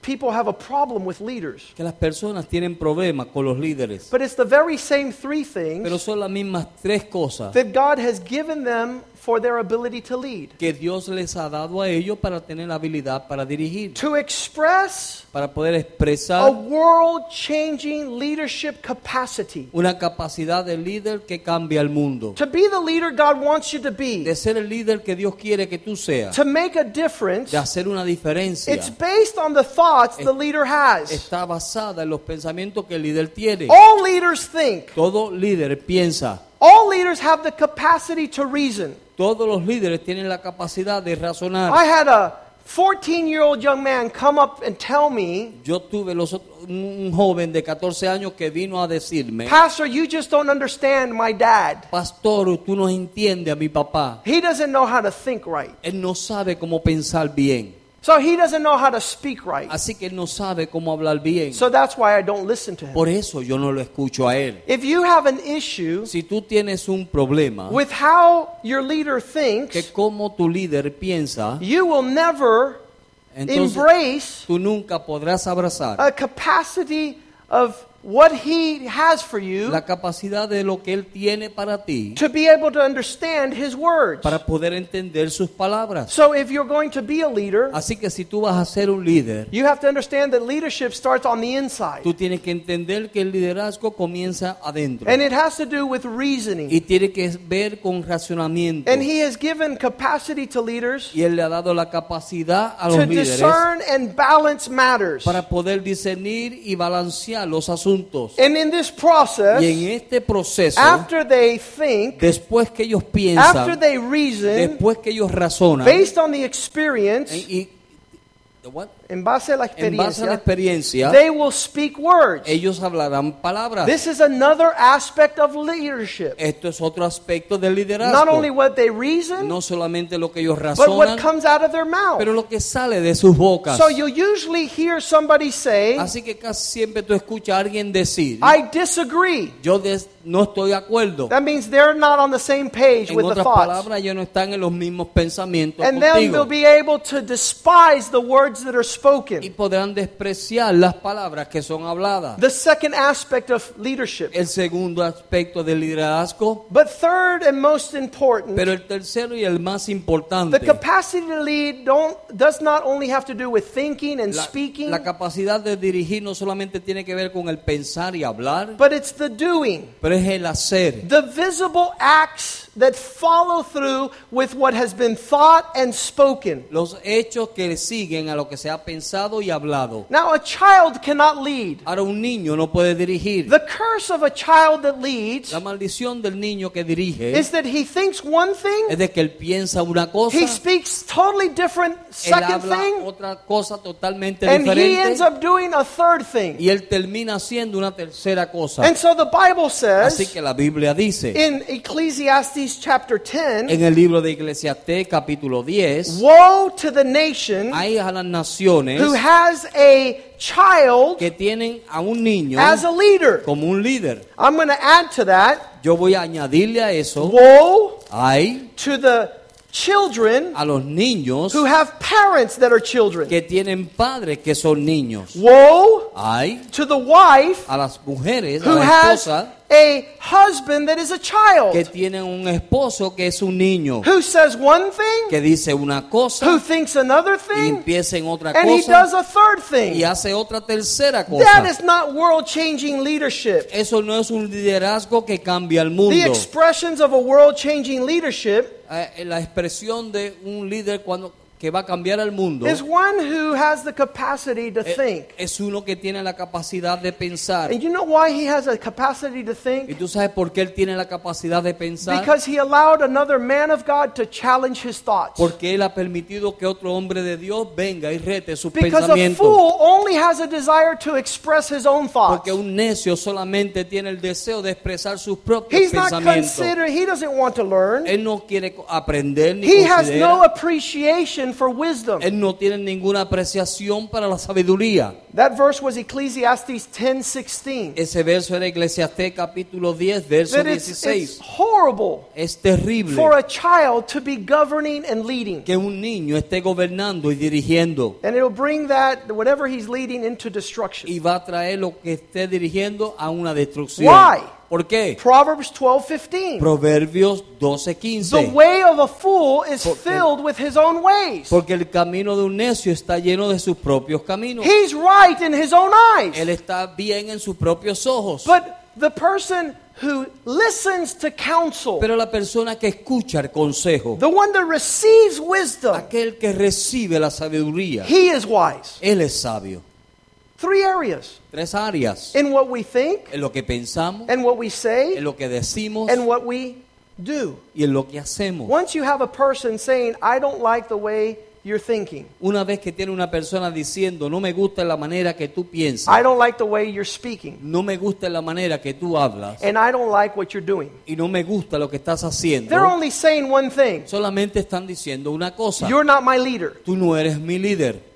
Speaker 2: people have a problem with leaders,
Speaker 1: que las personas tienen problemas con los líderes.
Speaker 2: but it's the very same three things
Speaker 1: Pero son las mismas tres cosas
Speaker 2: that God has given them for their ability to lead.
Speaker 1: que Dios les ha dado a ellos para tener la habilidad para dirigir,
Speaker 2: To express
Speaker 1: para poder
Speaker 2: a
Speaker 1: expresar
Speaker 2: world changing leadership capacity.
Speaker 1: una capacidad de líder que cambia el mundo.
Speaker 2: To be the leader God wants you to be.
Speaker 1: De ser el líder que Dios quiere que tú seas,
Speaker 2: To make a difference.
Speaker 1: de hacer una diferencia,
Speaker 2: It's based on the thoughts the
Speaker 1: Es-
Speaker 2: leader has.
Speaker 1: está basada en los pensamientos que el líder tiene.
Speaker 2: All leaders think.
Speaker 1: Todo líder piensa,
Speaker 2: All leaders have the capacity to reason.
Speaker 1: todos los líderes tienen la capacidad de razonar.
Speaker 2: I had a 14 year old young man come up and tell me,
Speaker 1: Yo tuve los otros- un- un joven de 14 años que vino a decirme,
Speaker 2: Pastor, you just don't understand my dad.
Speaker 1: Pastor, tú no entiendes a mi papá.
Speaker 2: He doesn't know how to think right.
Speaker 1: Él no sabe cómo pensar bien.
Speaker 2: So he doesn't know how to speak right.
Speaker 1: Así que él no sabe cómo hablar bien.
Speaker 2: So that's why I don't listen to him.
Speaker 1: Por eso yo no lo escucho a él.
Speaker 2: If you have an issue
Speaker 1: Si tú tienes un problema
Speaker 2: with how your leader
Speaker 1: que
Speaker 2: thinks,
Speaker 1: como tu líder piensa,
Speaker 2: you will never
Speaker 1: entonces
Speaker 2: embrace
Speaker 1: tú nunca podrás abrazar
Speaker 2: a capacity of what he has for you
Speaker 1: la capacidad de lo que él tiene para ti
Speaker 2: to be able to understand his words.
Speaker 1: para poder entender sus palabras.
Speaker 2: So if you're going to be a leader,
Speaker 1: Así que si tú vas a ser un líder,
Speaker 2: you have to understand that leadership starts on the inside.
Speaker 1: tú tienes que entender que el liderazgo comienza adentro
Speaker 2: And it has to do with
Speaker 1: y
Speaker 2: reasoning.
Speaker 1: tiene que ver con racionamiento.
Speaker 2: And he has given capacity to leaders
Speaker 1: Y él le ha dado la capacidad a los
Speaker 2: to
Speaker 1: líderes
Speaker 2: discern and balance matters.
Speaker 1: para poder discernir y balancear los juntos.
Speaker 2: And in this
Speaker 1: Y en
Speaker 2: process,
Speaker 1: este proceso,
Speaker 2: after they think,
Speaker 1: después que ellos
Speaker 2: after
Speaker 1: piensan,
Speaker 2: they reason,
Speaker 1: después que ellos razonan, eh,
Speaker 2: based on the experience,
Speaker 1: y- y- the what?
Speaker 2: en base a la
Speaker 1: en base a la
Speaker 2: experiencia,
Speaker 1: experiencia,
Speaker 2: they will speak words.
Speaker 1: ellos hablarán palabras.
Speaker 2: This is another aspect of leadership.
Speaker 1: Esto es otro aspecto del
Speaker 2: Not only
Speaker 1: liderazgo.
Speaker 2: what they reason,
Speaker 1: No solamente lo que ellos
Speaker 2: but what
Speaker 1: razonan,
Speaker 2: comes out of
Speaker 1: pero
Speaker 2: their mouth.
Speaker 1: lo que sale de sus bocas.
Speaker 2: So you usually hear somebody say,
Speaker 1: Así que casi siempre tú escuchas a alguien decir,
Speaker 2: I disagree.
Speaker 1: yo des- no estoy de acuerdo.
Speaker 2: That means they're not on the same page
Speaker 1: En
Speaker 2: with the
Speaker 1: otras
Speaker 2: thoughts.
Speaker 1: palabras, ellos no están en los mismos pensamientos
Speaker 2: And then they'll
Speaker 1: contigo.
Speaker 2: be able to despise the words that are
Speaker 1: Y
Speaker 2: spoken.
Speaker 1: podrán despreciar las palabras que son habladas.
Speaker 2: The second aspect of leadership.
Speaker 1: El segundo aspecto del liderazgo.
Speaker 2: But third and most important,
Speaker 1: Pero el tercero y el más
Speaker 2: the
Speaker 1: importante.
Speaker 2: capacity to lead don't, does not only have to do with thinking and
Speaker 1: La,
Speaker 2: speaking,
Speaker 1: la capacidad de dirigir no solamente tiene que ver con el pensar y hablar,
Speaker 2: but it's the doing.
Speaker 1: pero es el hacer.
Speaker 2: The visible acts that follow through with what has been thought and spoken.
Speaker 1: Los hechos que siguen a lo que se ha pensado y hablado.
Speaker 2: Now, a child cannot lead.
Speaker 1: Ahora un niño no puede dirigir.
Speaker 2: The curse of a child that leads
Speaker 1: La maldición del niño que dirige
Speaker 2: is that he thinks one
Speaker 1: es
Speaker 2: thing,
Speaker 1: de que él piensa una cosa,
Speaker 2: he speaks totally different
Speaker 1: él
Speaker 2: second
Speaker 1: habla
Speaker 2: thing,
Speaker 1: otra cosa totalmente
Speaker 2: and he ends
Speaker 1: diferente
Speaker 2: up doing a third thing.
Speaker 1: y él termina haciendo una tercera cosa.
Speaker 2: And so the Bible
Speaker 1: Así
Speaker 2: says
Speaker 1: que la Biblia dice
Speaker 2: in Ecclesiastes chapter 10
Speaker 1: en el libro de Eclesiastés capítulo 10,
Speaker 2: Woe to the nation
Speaker 1: hay a las naciones
Speaker 2: who has a child
Speaker 1: que tienen a un niño
Speaker 2: as a leader.
Speaker 1: como un líder.
Speaker 2: I'm going to add to that
Speaker 1: Yo voy a añadirle a eso,
Speaker 2: Woe
Speaker 1: hay
Speaker 2: to the children
Speaker 1: a los niños
Speaker 2: who have parents that are children.
Speaker 1: que tienen padres que son niños.
Speaker 2: Woe
Speaker 1: Hay
Speaker 2: to the wife
Speaker 1: a las mujeres, a
Speaker 2: who
Speaker 1: las
Speaker 2: has
Speaker 1: esposas
Speaker 2: a husband that is a
Speaker 1: que
Speaker 2: child
Speaker 1: tienen un esposo que es un niño,
Speaker 2: who says one thing,
Speaker 1: que dice una
Speaker 2: who
Speaker 1: cosa
Speaker 2: thinks another
Speaker 1: y
Speaker 2: thing,
Speaker 1: empieza en otra
Speaker 2: and he does
Speaker 1: cosa
Speaker 2: a third
Speaker 1: y
Speaker 2: thing.
Speaker 1: hace otra tercera
Speaker 2: That
Speaker 1: cosa.
Speaker 2: is not world changing leadership.
Speaker 1: Eso no es un liderazgo que cambia el
Speaker 2: The
Speaker 1: mundo.
Speaker 2: expressions of a world changing leadership
Speaker 1: Eh, La expresión de un líder cuando que va a cambiar el mundo
Speaker 2: is one who has the capacity to
Speaker 1: eh,
Speaker 2: think.
Speaker 1: es uno que tiene la capacidad de pensar.
Speaker 2: And you know why he has a capacity to
Speaker 1: ¿Y
Speaker 2: think?
Speaker 1: tú sabes por qué él tiene la capacidad de pensar?
Speaker 2: Because he allowed another man of God to challenge his thoughts.
Speaker 1: Porque él ha permitido que otro hombre de Dios venga y rete sus
Speaker 2: Because a
Speaker 1: pensamientos.
Speaker 2: fool only has a desire to express his own thoughts.
Speaker 1: Porque un necio solamente tiene el deseo de expresar sus propios
Speaker 2: He's not
Speaker 1: pensamientos.
Speaker 2: considering, he doesn't want to learn.
Speaker 1: Él no quiere co- aprender ni
Speaker 2: He has
Speaker 1: considera.
Speaker 2: no appreciation for wisdom.
Speaker 1: Él no tiene ninguna apreciación para la sabiduría.
Speaker 2: That verse was Ecclesiastes 10:16.
Speaker 1: Ese verso era Eclesiastés capítulo 10, verso
Speaker 2: That it's, it's
Speaker 1: 16.
Speaker 2: horrible
Speaker 1: Es terrible
Speaker 2: for a child to be governing and leading.
Speaker 1: que un niño esté gobernando y dirigiendo
Speaker 2: And it'll bring that whatever he's leading into destruction.
Speaker 1: y va a traer lo que esté dirigiendo a una destrucción.
Speaker 2: Why?
Speaker 1: ¿Por qué?
Speaker 2: Proverbs 12:15.
Speaker 1: Proverbios
Speaker 2: The
Speaker 1: 12:15.
Speaker 2: way of a fool is filled with his own ways.
Speaker 1: Porque el camino de un necio está lleno de sus propios caminos.
Speaker 2: He's right in his own eyes.
Speaker 1: Él está bien en sus propios ojos.
Speaker 2: But the person who listens to counsel,
Speaker 1: Pero la persona que escucha el consejo,
Speaker 2: the one that receives wisdom,
Speaker 1: aquel que recibe la sabiduría,
Speaker 2: he is wise.
Speaker 1: él es sabio.
Speaker 2: Three areas
Speaker 1: Tres áreas.
Speaker 2: in what we think,
Speaker 1: En lo que pensamos,
Speaker 2: and what we
Speaker 1: en
Speaker 2: say,
Speaker 1: lo que decimos
Speaker 2: and what we do.
Speaker 1: y en lo que hacemos.
Speaker 2: Once you have a person saying, I don't like the way you're thinking,
Speaker 1: Una vez que tiene una persona diciendo, no me gusta la manera que tú piensas,
Speaker 2: I don't like the way you're speaking,
Speaker 1: no me gusta la manera que tú hablas
Speaker 2: and I don't like what you're doing,
Speaker 1: y no me gusta lo que estás haciendo,
Speaker 2: they're only saying one thing
Speaker 1: solamente están diciendo una cosa.
Speaker 2: You're not my leader.
Speaker 1: Tú no eres mi líder.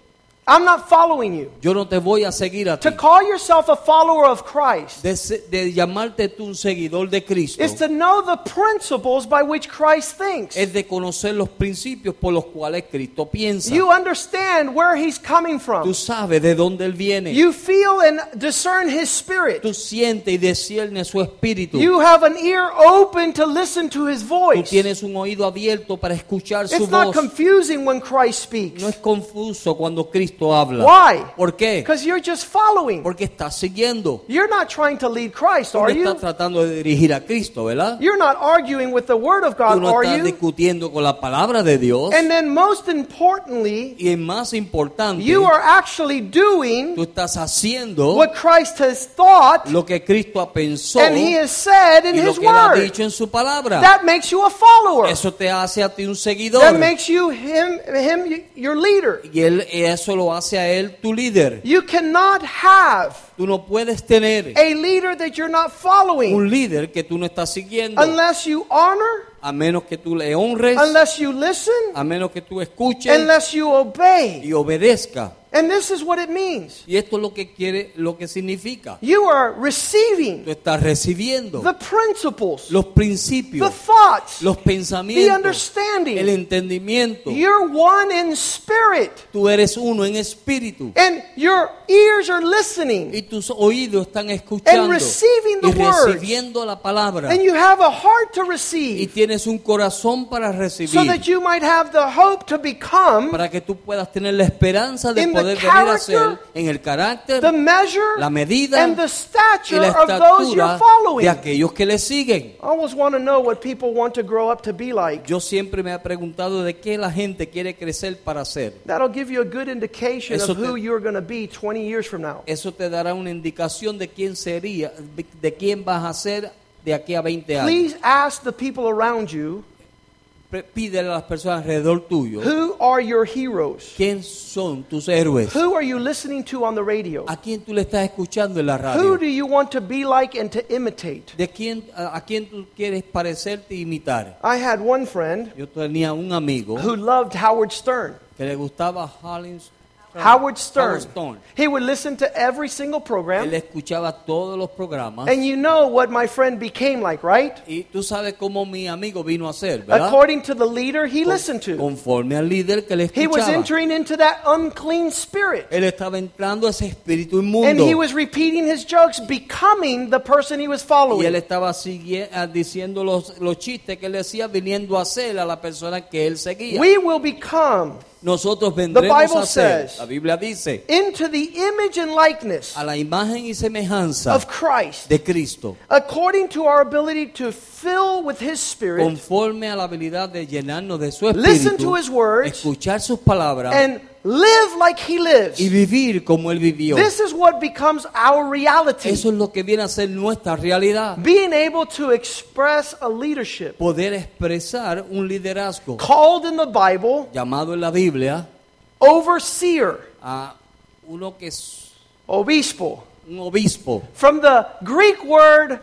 Speaker 2: I'm not following you.
Speaker 1: Yo no te voy a seguir a ti.
Speaker 2: To call yourself a follower of Christ
Speaker 1: De, se- de llamarte tú un seguidor de Cristo
Speaker 2: is to know the principles by which Christ thinks.
Speaker 1: es de conocer los principios por los cuales Cristo piensa.
Speaker 2: You understand where he's coming from.
Speaker 1: Tú sabes de dónde Él viene.
Speaker 2: You feel and discern his spirit.
Speaker 1: Tú sientes y disciernes su espíritu.
Speaker 2: You have an ear open to listen to his
Speaker 1: Tú
Speaker 2: voice.
Speaker 1: tienes un oído abierto para escuchar su
Speaker 2: It's not
Speaker 1: voz.
Speaker 2: confusing when Christ
Speaker 1: No
Speaker 2: speaks.
Speaker 1: es confuso cuando Cristo habla.
Speaker 2: Why?
Speaker 1: ¿Por qué?
Speaker 2: Because you're just following.
Speaker 1: Porque estás siguiendo.
Speaker 2: You're not trying to lead Christ,
Speaker 1: Tú no
Speaker 2: are
Speaker 1: estás
Speaker 2: you?
Speaker 1: tratando de dirigir a Cristo, ¿verdad?
Speaker 2: You're not arguing with the Word of
Speaker 1: Tú
Speaker 2: God,
Speaker 1: no
Speaker 2: are
Speaker 1: estás
Speaker 2: you?
Speaker 1: discutiendo con la palabra de Dios.
Speaker 2: And then, most importantly,
Speaker 1: Y es más importante,
Speaker 2: you are actually doing
Speaker 1: tú estás haciendo
Speaker 2: what Christ has thought
Speaker 1: lo que Cristo pensó
Speaker 2: and He has said in
Speaker 1: y lo
Speaker 2: His
Speaker 1: que Él ha
Speaker 2: Word.
Speaker 1: dicho en su palabra.
Speaker 2: That makes you a follower.
Speaker 1: eso te hace a ti un
Speaker 2: That
Speaker 1: seguidor.
Speaker 2: makes you him, him your leader.
Speaker 1: Y él, eso lo hace a Él tu líder.
Speaker 2: You cannot have
Speaker 1: Tú no puedes tener
Speaker 2: a leader that you're not following
Speaker 1: un líder que tú no estás siguiendo.
Speaker 2: unless you honor,
Speaker 1: a menos que tú le honres,
Speaker 2: unless you listen,
Speaker 1: a menos que tú escuches
Speaker 2: unless you obey.
Speaker 1: y obedezca.
Speaker 2: And this is what it means.
Speaker 1: Y esto es lo que quiere, lo que significa.
Speaker 2: You are receiving
Speaker 1: Tú estás recibiendo
Speaker 2: the principles,
Speaker 1: los
Speaker 2: the
Speaker 1: principios,
Speaker 2: thoughts,
Speaker 1: los
Speaker 2: the
Speaker 1: pensamientos, el
Speaker 2: understanding.
Speaker 1: entendimiento.
Speaker 2: You're one in spirit,
Speaker 1: Tú eres uno en espíritu.
Speaker 2: and your ears are listening,
Speaker 1: Y tus oídos están escuchando
Speaker 2: receiving the
Speaker 1: y
Speaker 2: words.
Speaker 1: recibiendo la palabra.
Speaker 2: and you have a heart to
Speaker 1: Y
Speaker 2: receive,
Speaker 1: tienes un corazón para
Speaker 2: so that
Speaker 1: recibir.
Speaker 2: you might have the hope to become
Speaker 1: Para que tú puedas tener la esperanza de
Speaker 2: In the
Speaker 1: poder venir a
Speaker 2: character,
Speaker 1: ser en el carácter
Speaker 2: the measure
Speaker 1: la medida
Speaker 2: and the
Speaker 1: y
Speaker 2: stature
Speaker 1: la
Speaker 2: of those
Speaker 1: estatura
Speaker 2: you're
Speaker 1: de
Speaker 2: following. I
Speaker 1: aquellos que le siguen.
Speaker 2: always want to know what people want to grow up to be like.
Speaker 1: Yo siempre me he preguntado de qué la gente quiere crecer para ser.
Speaker 2: That'll give you a good indication
Speaker 1: Eso
Speaker 2: of who
Speaker 1: te-
Speaker 2: you're going to be 20 years from now.
Speaker 1: Eso te dará una indicación de quién sería, de quién vas a ser de aquí a 20 años.
Speaker 2: Please ask the people around you
Speaker 1: Pre- Pídele a las personas alrededor tuyo
Speaker 2: who are your heroes?
Speaker 1: quién son tus héroes.
Speaker 2: Who are you listening to on the radio?
Speaker 1: ¿A quién tú le estás escuchando en la radio?
Speaker 2: Who do you want to be like and to imitate?
Speaker 1: ¿De quién, a, a quién tú quieres parecerte e imitar?
Speaker 2: I had one friend
Speaker 1: Yo tenía un amigo
Speaker 2: who loved Howard Stern.
Speaker 1: que le gustaba Hollins.
Speaker 2: Howard Stern.
Speaker 1: Howard Stern.
Speaker 2: He would listen to every single
Speaker 1: Él
Speaker 2: program.
Speaker 1: escuchaba todos los programas.
Speaker 2: And you know what my friend became like, right?
Speaker 1: Y tú sabes cómo mi amigo vino a ser, ¿verdad?
Speaker 2: According to the leader he listened to.
Speaker 1: Conforme al líder que le
Speaker 2: He was
Speaker 1: escuchaba.
Speaker 2: entering into that unclean spirit.
Speaker 1: Él estaba entrando a ese espíritu
Speaker 2: And
Speaker 1: inmundo.
Speaker 2: he was repeating his jokes, becoming the person he was
Speaker 1: Y él
Speaker 2: following.
Speaker 1: estaba sigue- ah, diciendo los, los chistes que él decía, viniendo a ser a la persona que él seguía.
Speaker 2: We will become
Speaker 1: Nosotros vendremos
Speaker 2: Bible
Speaker 1: a ser,
Speaker 2: says,
Speaker 1: la Biblia dice,
Speaker 2: into the image and likeness
Speaker 1: a la imagen y semejanza
Speaker 2: of Christ
Speaker 1: de Cristo,
Speaker 2: according to our ability to fill with his spirit
Speaker 1: conforme a la habilidad de llenarnos de su
Speaker 2: Listen
Speaker 1: espíritu,
Speaker 2: to his words
Speaker 1: escuchar sus palabras
Speaker 2: and live like he lives.
Speaker 1: y vivir como él vivió.
Speaker 2: This is what becomes our reality.
Speaker 1: Eso es lo que viene a ser nuestra realidad.
Speaker 2: Being able to express a leadership
Speaker 1: Poder expresar un liderazgo
Speaker 2: called in the Bible
Speaker 1: llamado en la Biblia
Speaker 2: overseer,
Speaker 1: a uno que es
Speaker 2: obispo,
Speaker 1: un obispo.
Speaker 2: from the Greek word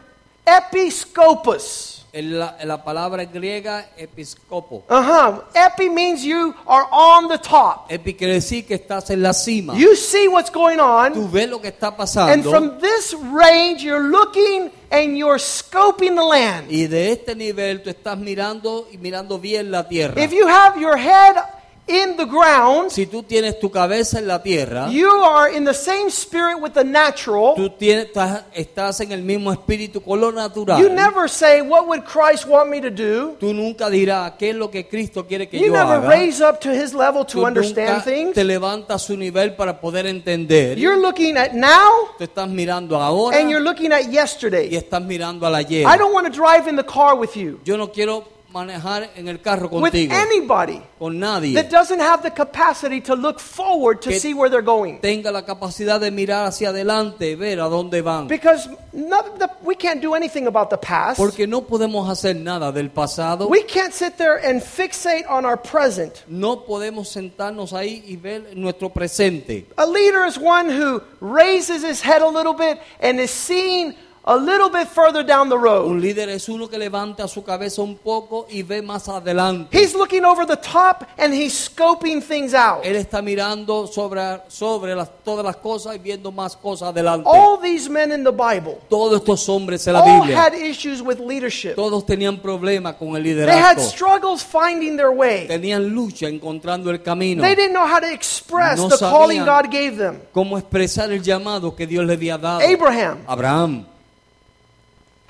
Speaker 2: episcopus.
Speaker 1: En la, en la palabra griega episcopo.
Speaker 2: Uh
Speaker 1: Uh-huh.
Speaker 2: huh. Epi means you are on the top.
Speaker 1: Epi quiere decir que estás en la cima.
Speaker 2: You see what's going on,
Speaker 1: Tú ves lo que está
Speaker 2: and
Speaker 1: pasando.
Speaker 2: from this range, you're looking and you're scoping the land.
Speaker 1: Y de este nivel tú estás mirando y mirando bien la tierra.
Speaker 2: If you have your head in the ground,
Speaker 1: Si tú tienes tu cabeza en la tierra,
Speaker 2: you are in the same spirit with the natural.
Speaker 1: tú tienes, estás, estás en el mismo espíritu con lo natural.
Speaker 2: You never say, What would Christ want me to do?
Speaker 1: tú nunca dirás qué es lo que Cristo quiere que
Speaker 2: You
Speaker 1: yo
Speaker 2: never
Speaker 1: haga.
Speaker 2: raise up to his level
Speaker 1: tú
Speaker 2: to understand
Speaker 1: nunca
Speaker 2: things.
Speaker 1: te levantas a su nivel para poder entender.
Speaker 2: You're looking at now
Speaker 1: tú estás mirando ahora
Speaker 2: and you're looking at
Speaker 1: y
Speaker 2: yesterday.
Speaker 1: estás mirando al ayer.
Speaker 2: I don't want to drive in the car with you,
Speaker 1: Yo no quiero manejar en el carro
Speaker 2: with
Speaker 1: contigo,
Speaker 2: anybody.
Speaker 1: con nadie
Speaker 2: that doesn't have the capacity to look forward to
Speaker 1: Que-
Speaker 2: see where they're going.
Speaker 1: tenga la capacidad de mirar hacia adelante, ver a dónde van,
Speaker 2: Because not the, we can't do anything about the past.
Speaker 1: porque no podemos hacer nada del pasado.
Speaker 2: We can't sit there and fixate on our present.
Speaker 1: no podemos sentarnos ahí y ver nuestro presente.
Speaker 2: A leader is one who raises his head a little bit and is seeing a little bit further down the
Speaker 1: Un
Speaker 2: road.
Speaker 1: líder es uno que levanta su cabeza un poco y ve más adelante.
Speaker 2: He's looking over the top and he's scoping things out.
Speaker 1: Él está mirando sobre, sobre las, todas las cosas y viendo más cosas adelante.
Speaker 2: All these men in the Bible
Speaker 1: Todos estos hombres en la
Speaker 2: all
Speaker 1: Biblia,
Speaker 2: Oh, had issues with leadership.
Speaker 1: todos tenían problemas con el
Speaker 2: They had
Speaker 1: liderazgo.
Speaker 2: struggles finding their way.
Speaker 1: Tenían lucha encontrando el camino.
Speaker 2: They didn't know how to express
Speaker 1: No
Speaker 2: the calling
Speaker 1: sabían.
Speaker 2: God gave them.
Speaker 1: Cómo expresar el llamado que Dios le había dado.
Speaker 2: Abraham
Speaker 1: Abraham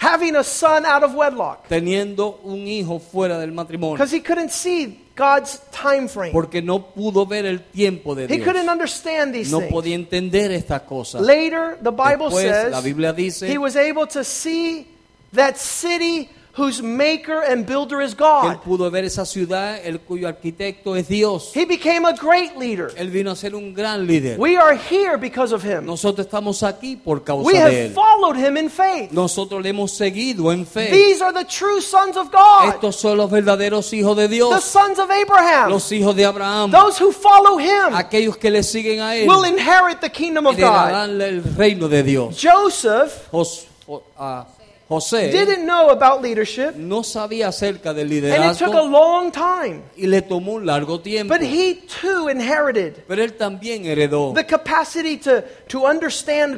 Speaker 2: having a son out of wedlock
Speaker 1: teniendo un hijo fuera del matrimonio,
Speaker 2: because he couldn't see God's time frame.
Speaker 1: porque no pudo ver el tiempo de
Speaker 2: He couldn't
Speaker 1: Dios.
Speaker 2: understand these
Speaker 1: No
Speaker 2: things.
Speaker 1: podía entender estas cosas.
Speaker 2: Later, the Bible
Speaker 1: Después,
Speaker 2: says
Speaker 1: la Biblia dice-
Speaker 2: he was able to see that city whose maker and builder is
Speaker 1: Que Él
Speaker 2: God.
Speaker 1: pudo ver esa ciudad, el cuyo arquitecto es Dios.
Speaker 2: He became a great leader.
Speaker 1: Él vino a ser un gran líder.
Speaker 2: We are here because of him.
Speaker 1: Nosotros estamos aquí por
Speaker 2: We
Speaker 1: causa de
Speaker 2: have
Speaker 1: Él.
Speaker 2: followed him in faith.
Speaker 1: Nosotros le hemos seguido en fe.
Speaker 2: These are the true sons of God,
Speaker 1: Estos son los verdaderos hijos de
Speaker 2: the
Speaker 1: Dios,
Speaker 2: sons of Abraham.
Speaker 1: los hijos de Abraham.
Speaker 2: Those who follow him
Speaker 1: Aquellos que le siguen a Él
Speaker 2: will inherit the kingdom of God.
Speaker 1: heredarán el reino de Dios.
Speaker 2: Joseph
Speaker 1: Jos- jo- ah, José
Speaker 2: didn't know about leadership,
Speaker 1: no sabía acerca del
Speaker 2: and it took a
Speaker 1: liderazgo
Speaker 2: long time.
Speaker 1: y le tomó un largo tiempo.
Speaker 2: But he too inherited
Speaker 1: Pero él también heredó
Speaker 2: the capacity to, to understand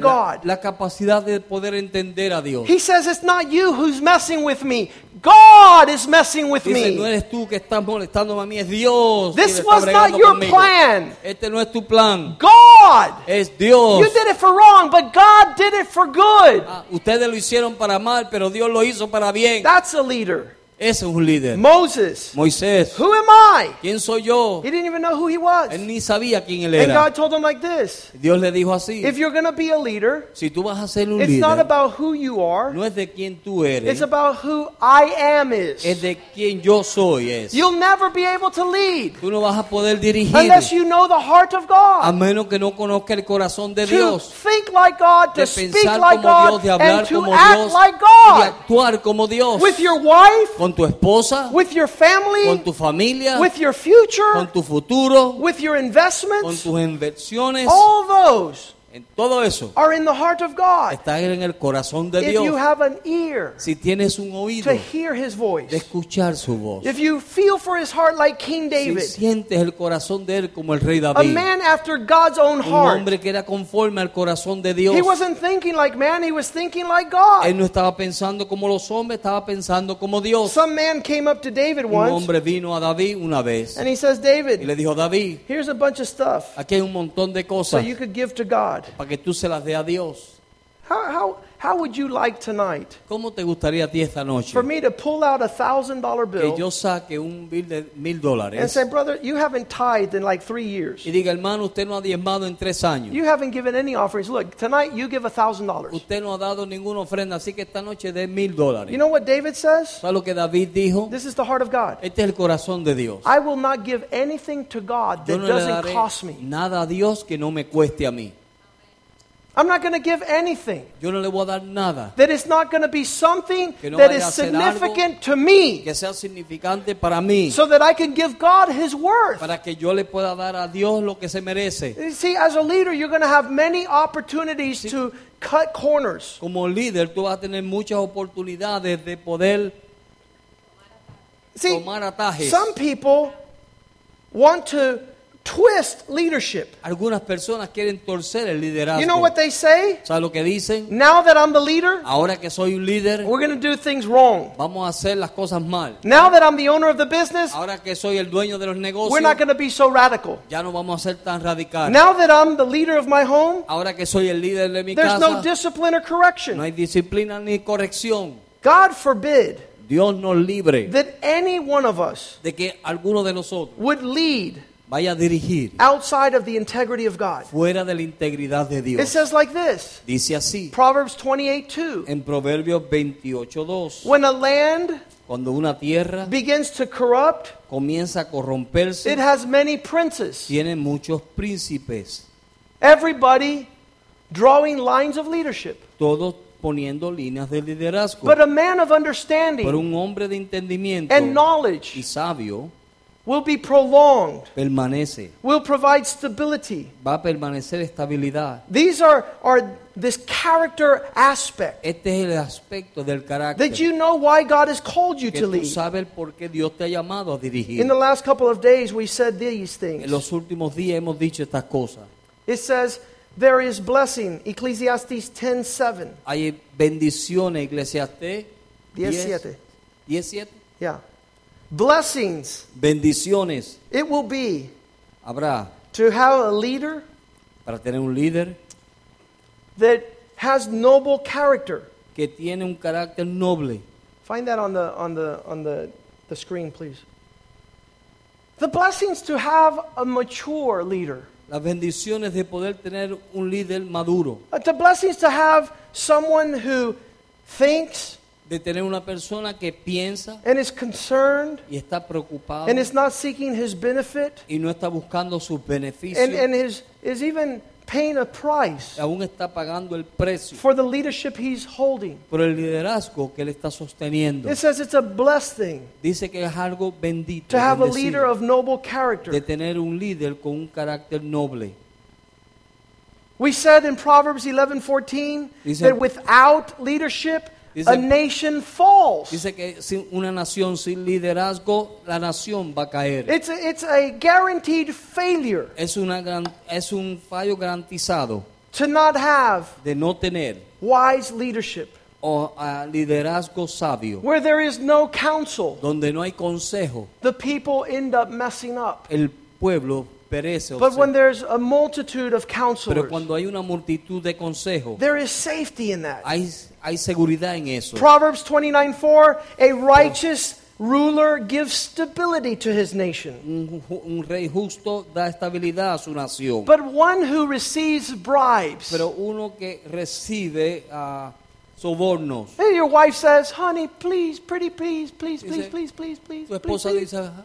Speaker 1: la,
Speaker 2: God.
Speaker 1: la capacidad de poder entender a Dios.
Speaker 2: He says, It's not you who's messing with me, God is messing with
Speaker 1: Dice, no
Speaker 2: me.
Speaker 1: eres tú que estás molestando a mí, es Dios.
Speaker 2: This
Speaker 1: quien está
Speaker 2: was
Speaker 1: bregando
Speaker 2: not your
Speaker 1: conmigo.
Speaker 2: plan.
Speaker 1: Este no es tu plan,
Speaker 2: God!
Speaker 1: es Dios.
Speaker 2: You did it for wrong, but God did it for good.
Speaker 1: Ah, ustedes lo hicieron para mal, pero Dios lo hizo para bien.
Speaker 2: That's a leader.
Speaker 1: Ese es un líder.
Speaker 2: Moses,
Speaker 1: Moisés,
Speaker 2: who am I?
Speaker 1: ¿quién soy yo?
Speaker 2: He didn't even know who he was.
Speaker 1: Él ni sabía quién él
Speaker 2: And
Speaker 1: era.
Speaker 2: God told him like this
Speaker 1: Dios le dijo así,
Speaker 2: If you're going to be a leader,
Speaker 1: si tú vas a ser un
Speaker 2: it's not
Speaker 1: líder,
Speaker 2: about who you are,
Speaker 1: no es de quién tú
Speaker 2: it's
Speaker 1: eres,
Speaker 2: about who I am
Speaker 1: es
Speaker 2: is.
Speaker 1: de quién yo soy. Es.
Speaker 2: You'll never be able to lead
Speaker 1: Tú no vas a poder dirigir
Speaker 2: unless you know the heart of
Speaker 1: a
Speaker 2: God.
Speaker 1: menos que no conozca el corazón de
Speaker 2: To
Speaker 1: Dios.
Speaker 2: think like God,
Speaker 1: de
Speaker 2: to speak
Speaker 1: pensar
Speaker 2: like
Speaker 1: como Dios,
Speaker 2: God,
Speaker 1: de
Speaker 2: and
Speaker 1: hablar
Speaker 2: to
Speaker 1: como
Speaker 2: act
Speaker 1: Dios
Speaker 2: like
Speaker 1: y de
Speaker 2: God.
Speaker 1: actuar como Dios
Speaker 2: With your wife,
Speaker 1: con tu esposa,
Speaker 2: with your
Speaker 1: con
Speaker 2: family,
Speaker 1: tu familia,
Speaker 2: with your future,
Speaker 1: con tu futuro,
Speaker 2: with your
Speaker 1: con
Speaker 2: investments.
Speaker 1: tus inversiones,
Speaker 2: All those
Speaker 1: en todo eso
Speaker 2: are in the heart of God.
Speaker 1: está en el corazón de
Speaker 2: If you
Speaker 1: Dios.
Speaker 2: have an ear
Speaker 1: Si tienes un oído
Speaker 2: to
Speaker 1: de
Speaker 2: hear his voice,
Speaker 1: escuchar su voz,
Speaker 2: if you feel for his heart like King
Speaker 1: si
Speaker 2: David,
Speaker 1: sientes el corazón de él como el rey
Speaker 2: a
Speaker 1: David,
Speaker 2: man after God's own
Speaker 1: un
Speaker 2: heart,
Speaker 1: hombre que era conforme al corazón de Dios.
Speaker 2: he wasn't thinking like man, he was thinking like God.
Speaker 1: Él no estaba pensando como los hombres, estaba pensando como Dios.
Speaker 2: Some man came up to David
Speaker 1: Un
Speaker 2: once
Speaker 1: hombre vino a David una vez
Speaker 2: and he says,
Speaker 1: y le
Speaker 2: David,
Speaker 1: dijo, David,
Speaker 2: here's a bunch of stuff
Speaker 1: Aquí hay un montón de
Speaker 2: so
Speaker 1: cosas
Speaker 2: you could give to God.
Speaker 1: para que tú se las dé a Dios.
Speaker 2: How, how, how would you like tonight
Speaker 1: ¿Cómo te gustaría a ti esta noche
Speaker 2: for me to pull out a thousand dollar
Speaker 1: que yo
Speaker 2: bill
Speaker 1: saque un bill de mil
Speaker 2: and
Speaker 1: dólares
Speaker 2: say, brother, you haven't tithed in like three years.
Speaker 1: y diga, hermano, usted no ha diezmado en tres años?
Speaker 2: You haven't given any offerings. Look, tonight you give a thousand dollars.
Speaker 1: Usted no ha dado ninguna ofrenda, así que esta noche dé mil
Speaker 2: You
Speaker 1: dólares.
Speaker 2: know what David says?
Speaker 1: ¿Sabes lo que David dijo?
Speaker 2: This is the heart of God.
Speaker 1: Este es el corazón de Dios.
Speaker 2: I will not give anything to God
Speaker 1: Yo
Speaker 2: that
Speaker 1: no le
Speaker 2: doesn't
Speaker 1: daré
Speaker 2: cost me.
Speaker 1: nada a Dios que no me cueste a mí.
Speaker 2: I'm not going to give anything
Speaker 1: Yo no le voy a dar nada
Speaker 2: that is not going to be something
Speaker 1: Que no
Speaker 2: that
Speaker 1: vaya a
Speaker 2: is
Speaker 1: ser algo
Speaker 2: significant to me
Speaker 1: que sea significante para mí,
Speaker 2: so that I can give God his worth.
Speaker 1: para que yo le pueda dar a Dios lo que se merece.
Speaker 2: You see, as a leader, you're going to have many opportunities to cut corners.
Speaker 1: Como líder, tú vas a tener muchas oportunidades de poder
Speaker 2: See,
Speaker 1: tomar atajes.
Speaker 2: some people want to twist leadership.
Speaker 1: Algunas personas quieren torcer el liderazgo.
Speaker 2: You know what they say?
Speaker 1: ¿Sabes lo que dicen?
Speaker 2: Now that I'm the leader,
Speaker 1: Ahora que soy un líder,
Speaker 2: we're going to do things wrong.
Speaker 1: vamos a hacer las cosas mal.
Speaker 2: Now that I'm the owner of the business,
Speaker 1: Ahora que soy el dueño de los negocios,
Speaker 2: we're not going to be so radical.
Speaker 1: ya no vamos a ser tan radicales.
Speaker 2: Now that I'm the leader of my home,
Speaker 1: Ahora que soy el líder de mi
Speaker 2: there's
Speaker 1: casa,
Speaker 2: no discipline or correction.
Speaker 1: no hay disciplina ni corrección.
Speaker 2: God forbid
Speaker 1: Dios nos libre
Speaker 2: that any one of us
Speaker 1: de que alguno de nosotros
Speaker 2: would lead
Speaker 1: vaya a dirigir
Speaker 2: outside of the integrity of God.
Speaker 1: fuera de la integridad de
Speaker 2: It
Speaker 1: Dios.
Speaker 2: says like this
Speaker 1: Dice así
Speaker 2: Proverbs 28 2.
Speaker 1: en Proverbios 28.2,
Speaker 2: When a land
Speaker 1: cuando una tierra
Speaker 2: begins to corrupt,
Speaker 1: comienza a
Speaker 2: it
Speaker 1: corromperse,
Speaker 2: has many princes.
Speaker 1: tiene muchos príncipes,
Speaker 2: Everybody drawing lines of leadership.
Speaker 1: todos poniendo líneas de liderazgo.
Speaker 2: But a man of
Speaker 1: Pero
Speaker 2: understanding
Speaker 1: un hombre de entendimiento
Speaker 2: and
Speaker 1: y
Speaker 2: knowledge
Speaker 1: sabio
Speaker 2: will be prolonged,
Speaker 1: permanece,
Speaker 2: will provide stability.
Speaker 1: va a permanecer estabilidad.
Speaker 2: These are, are this character aspect
Speaker 1: Este es el aspecto del
Speaker 2: that
Speaker 1: carácter
Speaker 2: you know why God has called you
Speaker 1: que
Speaker 2: to
Speaker 1: tú
Speaker 2: lead.
Speaker 1: sabes por qué Dios te ha llamado a dirigir.
Speaker 2: In the last couple of days, we said these
Speaker 1: En
Speaker 2: things.
Speaker 1: los últimos días hemos dicho estas cosas.
Speaker 2: It says, There is blessing, Ecclesiastes 10 7.
Speaker 1: Hay bendiciones, Eclesiastés
Speaker 2: 17.
Speaker 1: 17.
Speaker 2: Yeah. Blessings
Speaker 1: Bendiciones
Speaker 2: it will be
Speaker 1: habrá
Speaker 2: to have a leader
Speaker 1: para tener un líder
Speaker 2: that has noble character,
Speaker 1: que tiene un carácter noble.
Speaker 2: Find that on the on the on the, the screen, please. The blessings to have a mature leader.
Speaker 1: Las bendiciones de poder tener un líder maduro,
Speaker 2: Uh, The blessings to have someone who thinks
Speaker 1: de tener una persona que piensa
Speaker 2: and is concerned
Speaker 1: y está preocupada
Speaker 2: and is not seeking his benefit
Speaker 1: y no está buscando sus beneficios,
Speaker 2: and, and is, is even paying a price
Speaker 1: y aún está pagando el precio
Speaker 2: for the leadership he's holding.
Speaker 1: por el liderazgo que él está sosteniendo.
Speaker 2: It says it's a blessed thing
Speaker 1: Dice que es algo bendito
Speaker 2: to have a
Speaker 1: bendecido,
Speaker 2: leader of noble
Speaker 1: de
Speaker 2: character.
Speaker 1: tener un líder con un carácter noble.
Speaker 2: We said in Proverbs 11:14
Speaker 1: Dice-
Speaker 2: that without leadership
Speaker 1: Dice-
Speaker 2: a nation falls.
Speaker 1: Dice que sin una nación sin liderazgo, la nación va a caer.
Speaker 2: It's a, it's a guaranteed failure
Speaker 1: es, una gran- es un fallo garantizado
Speaker 2: to not have
Speaker 1: de no tener
Speaker 2: wise leadership
Speaker 1: o a liderazgo sabio,
Speaker 2: where there is no counsel.
Speaker 1: donde no hay consejo,
Speaker 2: The people end up messing up.
Speaker 1: el pueblo perece. o
Speaker 2: But
Speaker 1: sea,
Speaker 2: when there's a multitude of
Speaker 1: pero
Speaker 2: counselors,
Speaker 1: cuando hay una multitud de consejos,
Speaker 2: there is safety in that.
Speaker 1: hay, hay seguridad en eso.
Speaker 2: Proverbs 29:4 a righteous ruler gives stability to his nation.
Speaker 1: Un, ju- un rey justo da estabilidad a su nación.
Speaker 2: But one who receives bribes.
Speaker 1: Pero uno que recibe ah, sobornos,
Speaker 2: And your wife says, "Honey, please, pretty, please, please, please,
Speaker 1: Dice-
Speaker 2: please, please, please,
Speaker 1: su
Speaker 2: please,
Speaker 1: esposa
Speaker 2: please,
Speaker 1: dice, "Ah,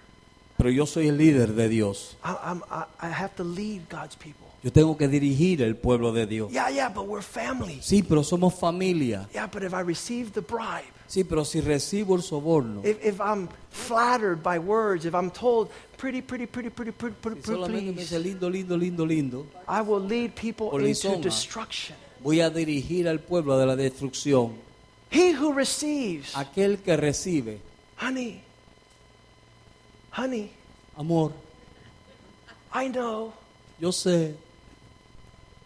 Speaker 1: pero yo soy el líder de Dios.
Speaker 2: I, I'm, I, I have to lead God's people."
Speaker 1: Yo tengo que dirigir el pueblo de Dios.
Speaker 2: Yeah, yeah, but we're family.
Speaker 1: Sí, pero somos familia.
Speaker 2: Yeah, but if I receive the bribe,
Speaker 1: Sí, pero si recibo el soborno,
Speaker 2: If, if I'm flattered by words, if I'm told, pretty, pretty, pretty, pretty, pretty, pretty,
Speaker 1: si solamente me dice
Speaker 2: please,
Speaker 1: lindo, lindo, lindo, lindo,
Speaker 2: I will lead people
Speaker 1: Por
Speaker 2: into
Speaker 1: lisonja.
Speaker 2: destruction.
Speaker 1: voy a dirigir al pueblo de la destrucción.
Speaker 2: He who receives,
Speaker 1: Aquel que recibe,
Speaker 2: honey, honey,
Speaker 1: amor,
Speaker 2: I know
Speaker 1: yo sé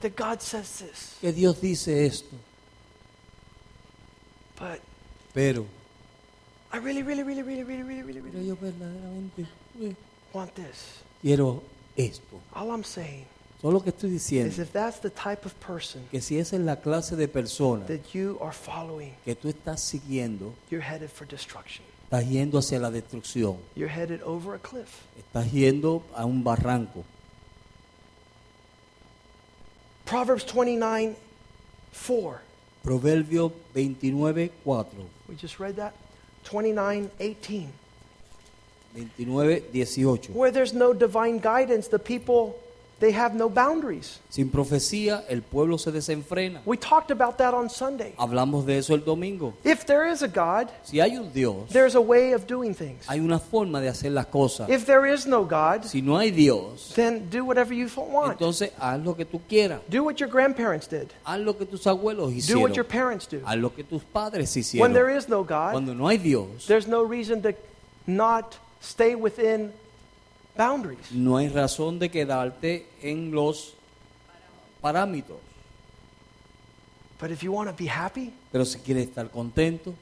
Speaker 2: that God says this,
Speaker 1: que Dios dice esto,
Speaker 2: but
Speaker 1: pero
Speaker 2: I really, really, really, really, really, really, really,
Speaker 1: Pero
Speaker 2: really
Speaker 1: yo verdaderamente eh,
Speaker 2: want this.
Speaker 1: quiero esto.
Speaker 2: All I'm saying
Speaker 1: Solo lo que estoy
Speaker 2: is
Speaker 1: diciendo
Speaker 2: if that's the type of person
Speaker 1: que si esa es la clase de persona
Speaker 2: that you are following,
Speaker 1: que tú estás siguiendo,
Speaker 2: you're headed for destruction.
Speaker 1: estás yendo hacia la destrucción,
Speaker 2: You're headed over a cliff.
Speaker 1: estás yendo a un barranco.
Speaker 2: Proverbs 29 4.
Speaker 1: Proverbio 29, 4,
Speaker 2: We just read that. 29 18.
Speaker 1: 29, 18.
Speaker 2: Where there's no divine guidance, the people, they have no boundaries.
Speaker 1: Sin profecía, el pueblo se desenfrena.
Speaker 2: We talked about that on Sunday.
Speaker 1: Hablamos de eso el domingo.
Speaker 2: If there is a God,
Speaker 1: Si hay un Dios,
Speaker 2: there's a way of doing things.
Speaker 1: hay una forma de hacer las cosas.
Speaker 2: If there is no God,
Speaker 1: Si no hay Dios,
Speaker 2: then do whatever you want.
Speaker 1: entonces haz lo que tú quieras.
Speaker 2: Do what your grandparents did,
Speaker 1: Haz lo que tus abuelos
Speaker 2: do what
Speaker 1: hicieron.
Speaker 2: your parents do.
Speaker 1: a lo que tus padres
Speaker 2: When there
Speaker 1: hicieron.
Speaker 2: is no God,
Speaker 1: Cuando no hay Dios,
Speaker 2: there's no reason to not stay within boundaries.
Speaker 1: no hay razón de quedarte en los parámetros.
Speaker 2: But if you want to be happy,
Speaker 1: Pero si quieres estar contento,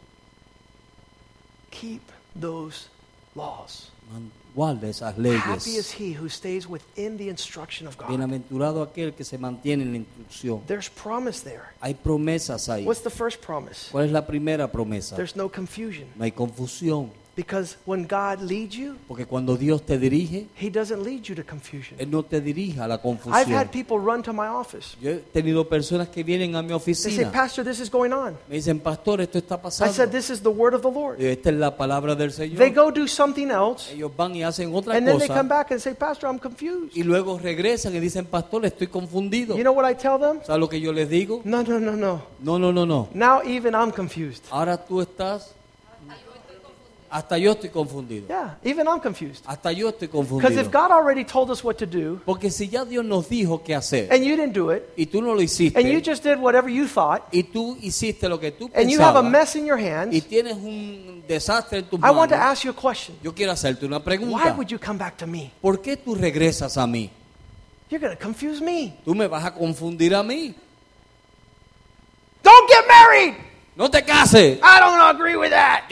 Speaker 2: keep those laws.
Speaker 1: man- guarda esas
Speaker 2: Happy is
Speaker 1: leyes.
Speaker 2: he who stays within the instruction of God.
Speaker 1: Bienaventurado aquel que se mantiene en la instrucción.
Speaker 2: There's promise there.
Speaker 1: Hay promesas ahí.
Speaker 2: What's the first promise?
Speaker 1: ¿Cuál es la primera promesa?
Speaker 2: There's no confusion.
Speaker 1: No hay confusión,
Speaker 2: Because when God leads you,
Speaker 1: porque cuando Dios te dirige,
Speaker 2: he doesn't lead you to confusion.
Speaker 1: Él no te dirige a la
Speaker 2: I've
Speaker 1: confusión.
Speaker 2: had people run to my office.
Speaker 1: Yo he tenido personas que vienen a mi
Speaker 2: They say,
Speaker 1: oficina,
Speaker 2: Pastor, this is going on.
Speaker 1: me dicen, pastor, esto está
Speaker 2: I said,
Speaker 1: pasando.
Speaker 2: This is the word of the Lord.
Speaker 1: Esta es la palabra del
Speaker 2: They
Speaker 1: Señor.
Speaker 2: go do something else,
Speaker 1: Ellos van y hacen otra
Speaker 2: and then they
Speaker 1: cosa.
Speaker 2: come back and say, Pastor, I'm confused.
Speaker 1: Y luego regresan y dicen, pastor, estoy confundido.
Speaker 2: You know what I tell them?
Speaker 1: ¿Sabes lo que yo les digo?
Speaker 2: No, no, no, no.
Speaker 1: No, no, no, no. Ah.
Speaker 2: Now even I'm confused.
Speaker 1: Ahora tú estás... Hasta yo estoy confundido.
Speaker 2: Yeah, even I'm confused.
Speaker 1: Hasta yo estoy
Speaker 2: Because if
Speaker 1: confundido.
Speaker 2: God already told us what to do,
Speaker 1: Porque si ya Dios nos dijo qué hacer
Speaker 2: and you didn't do it,
Speaker 1: y tú no lo
Speaker 2: and you
Speaker 1: hiciste
Speaker 2: just did whatever you thought,
Speaker 1: y tú hiciste lo que tú
Speaker 2: and you have a
Speaker 1: pensabas
Speaker 2: mess in your
Speaker 1: y
Speaker 2: hands,
Speaker 1: tienes un desastre en tu
Speaker 2: I want to
Speaker 1: mano,
Speaker 2: ask you a question.
Speaker 1: yo quiero hacerte una
Speaker 2: Why
Speaker 1: pregunta.
Speaker 2: would you come back to me?
Speaker 1: ¿Por qué tú regresas a mí?
Speaker 2: You're going to confuse me.
Speaker 1: Tú me vas a confundir a mí.
Speaker 2: Don't get married!
Speaker 1: No te cases.
Speaker 2: I don't agree with that.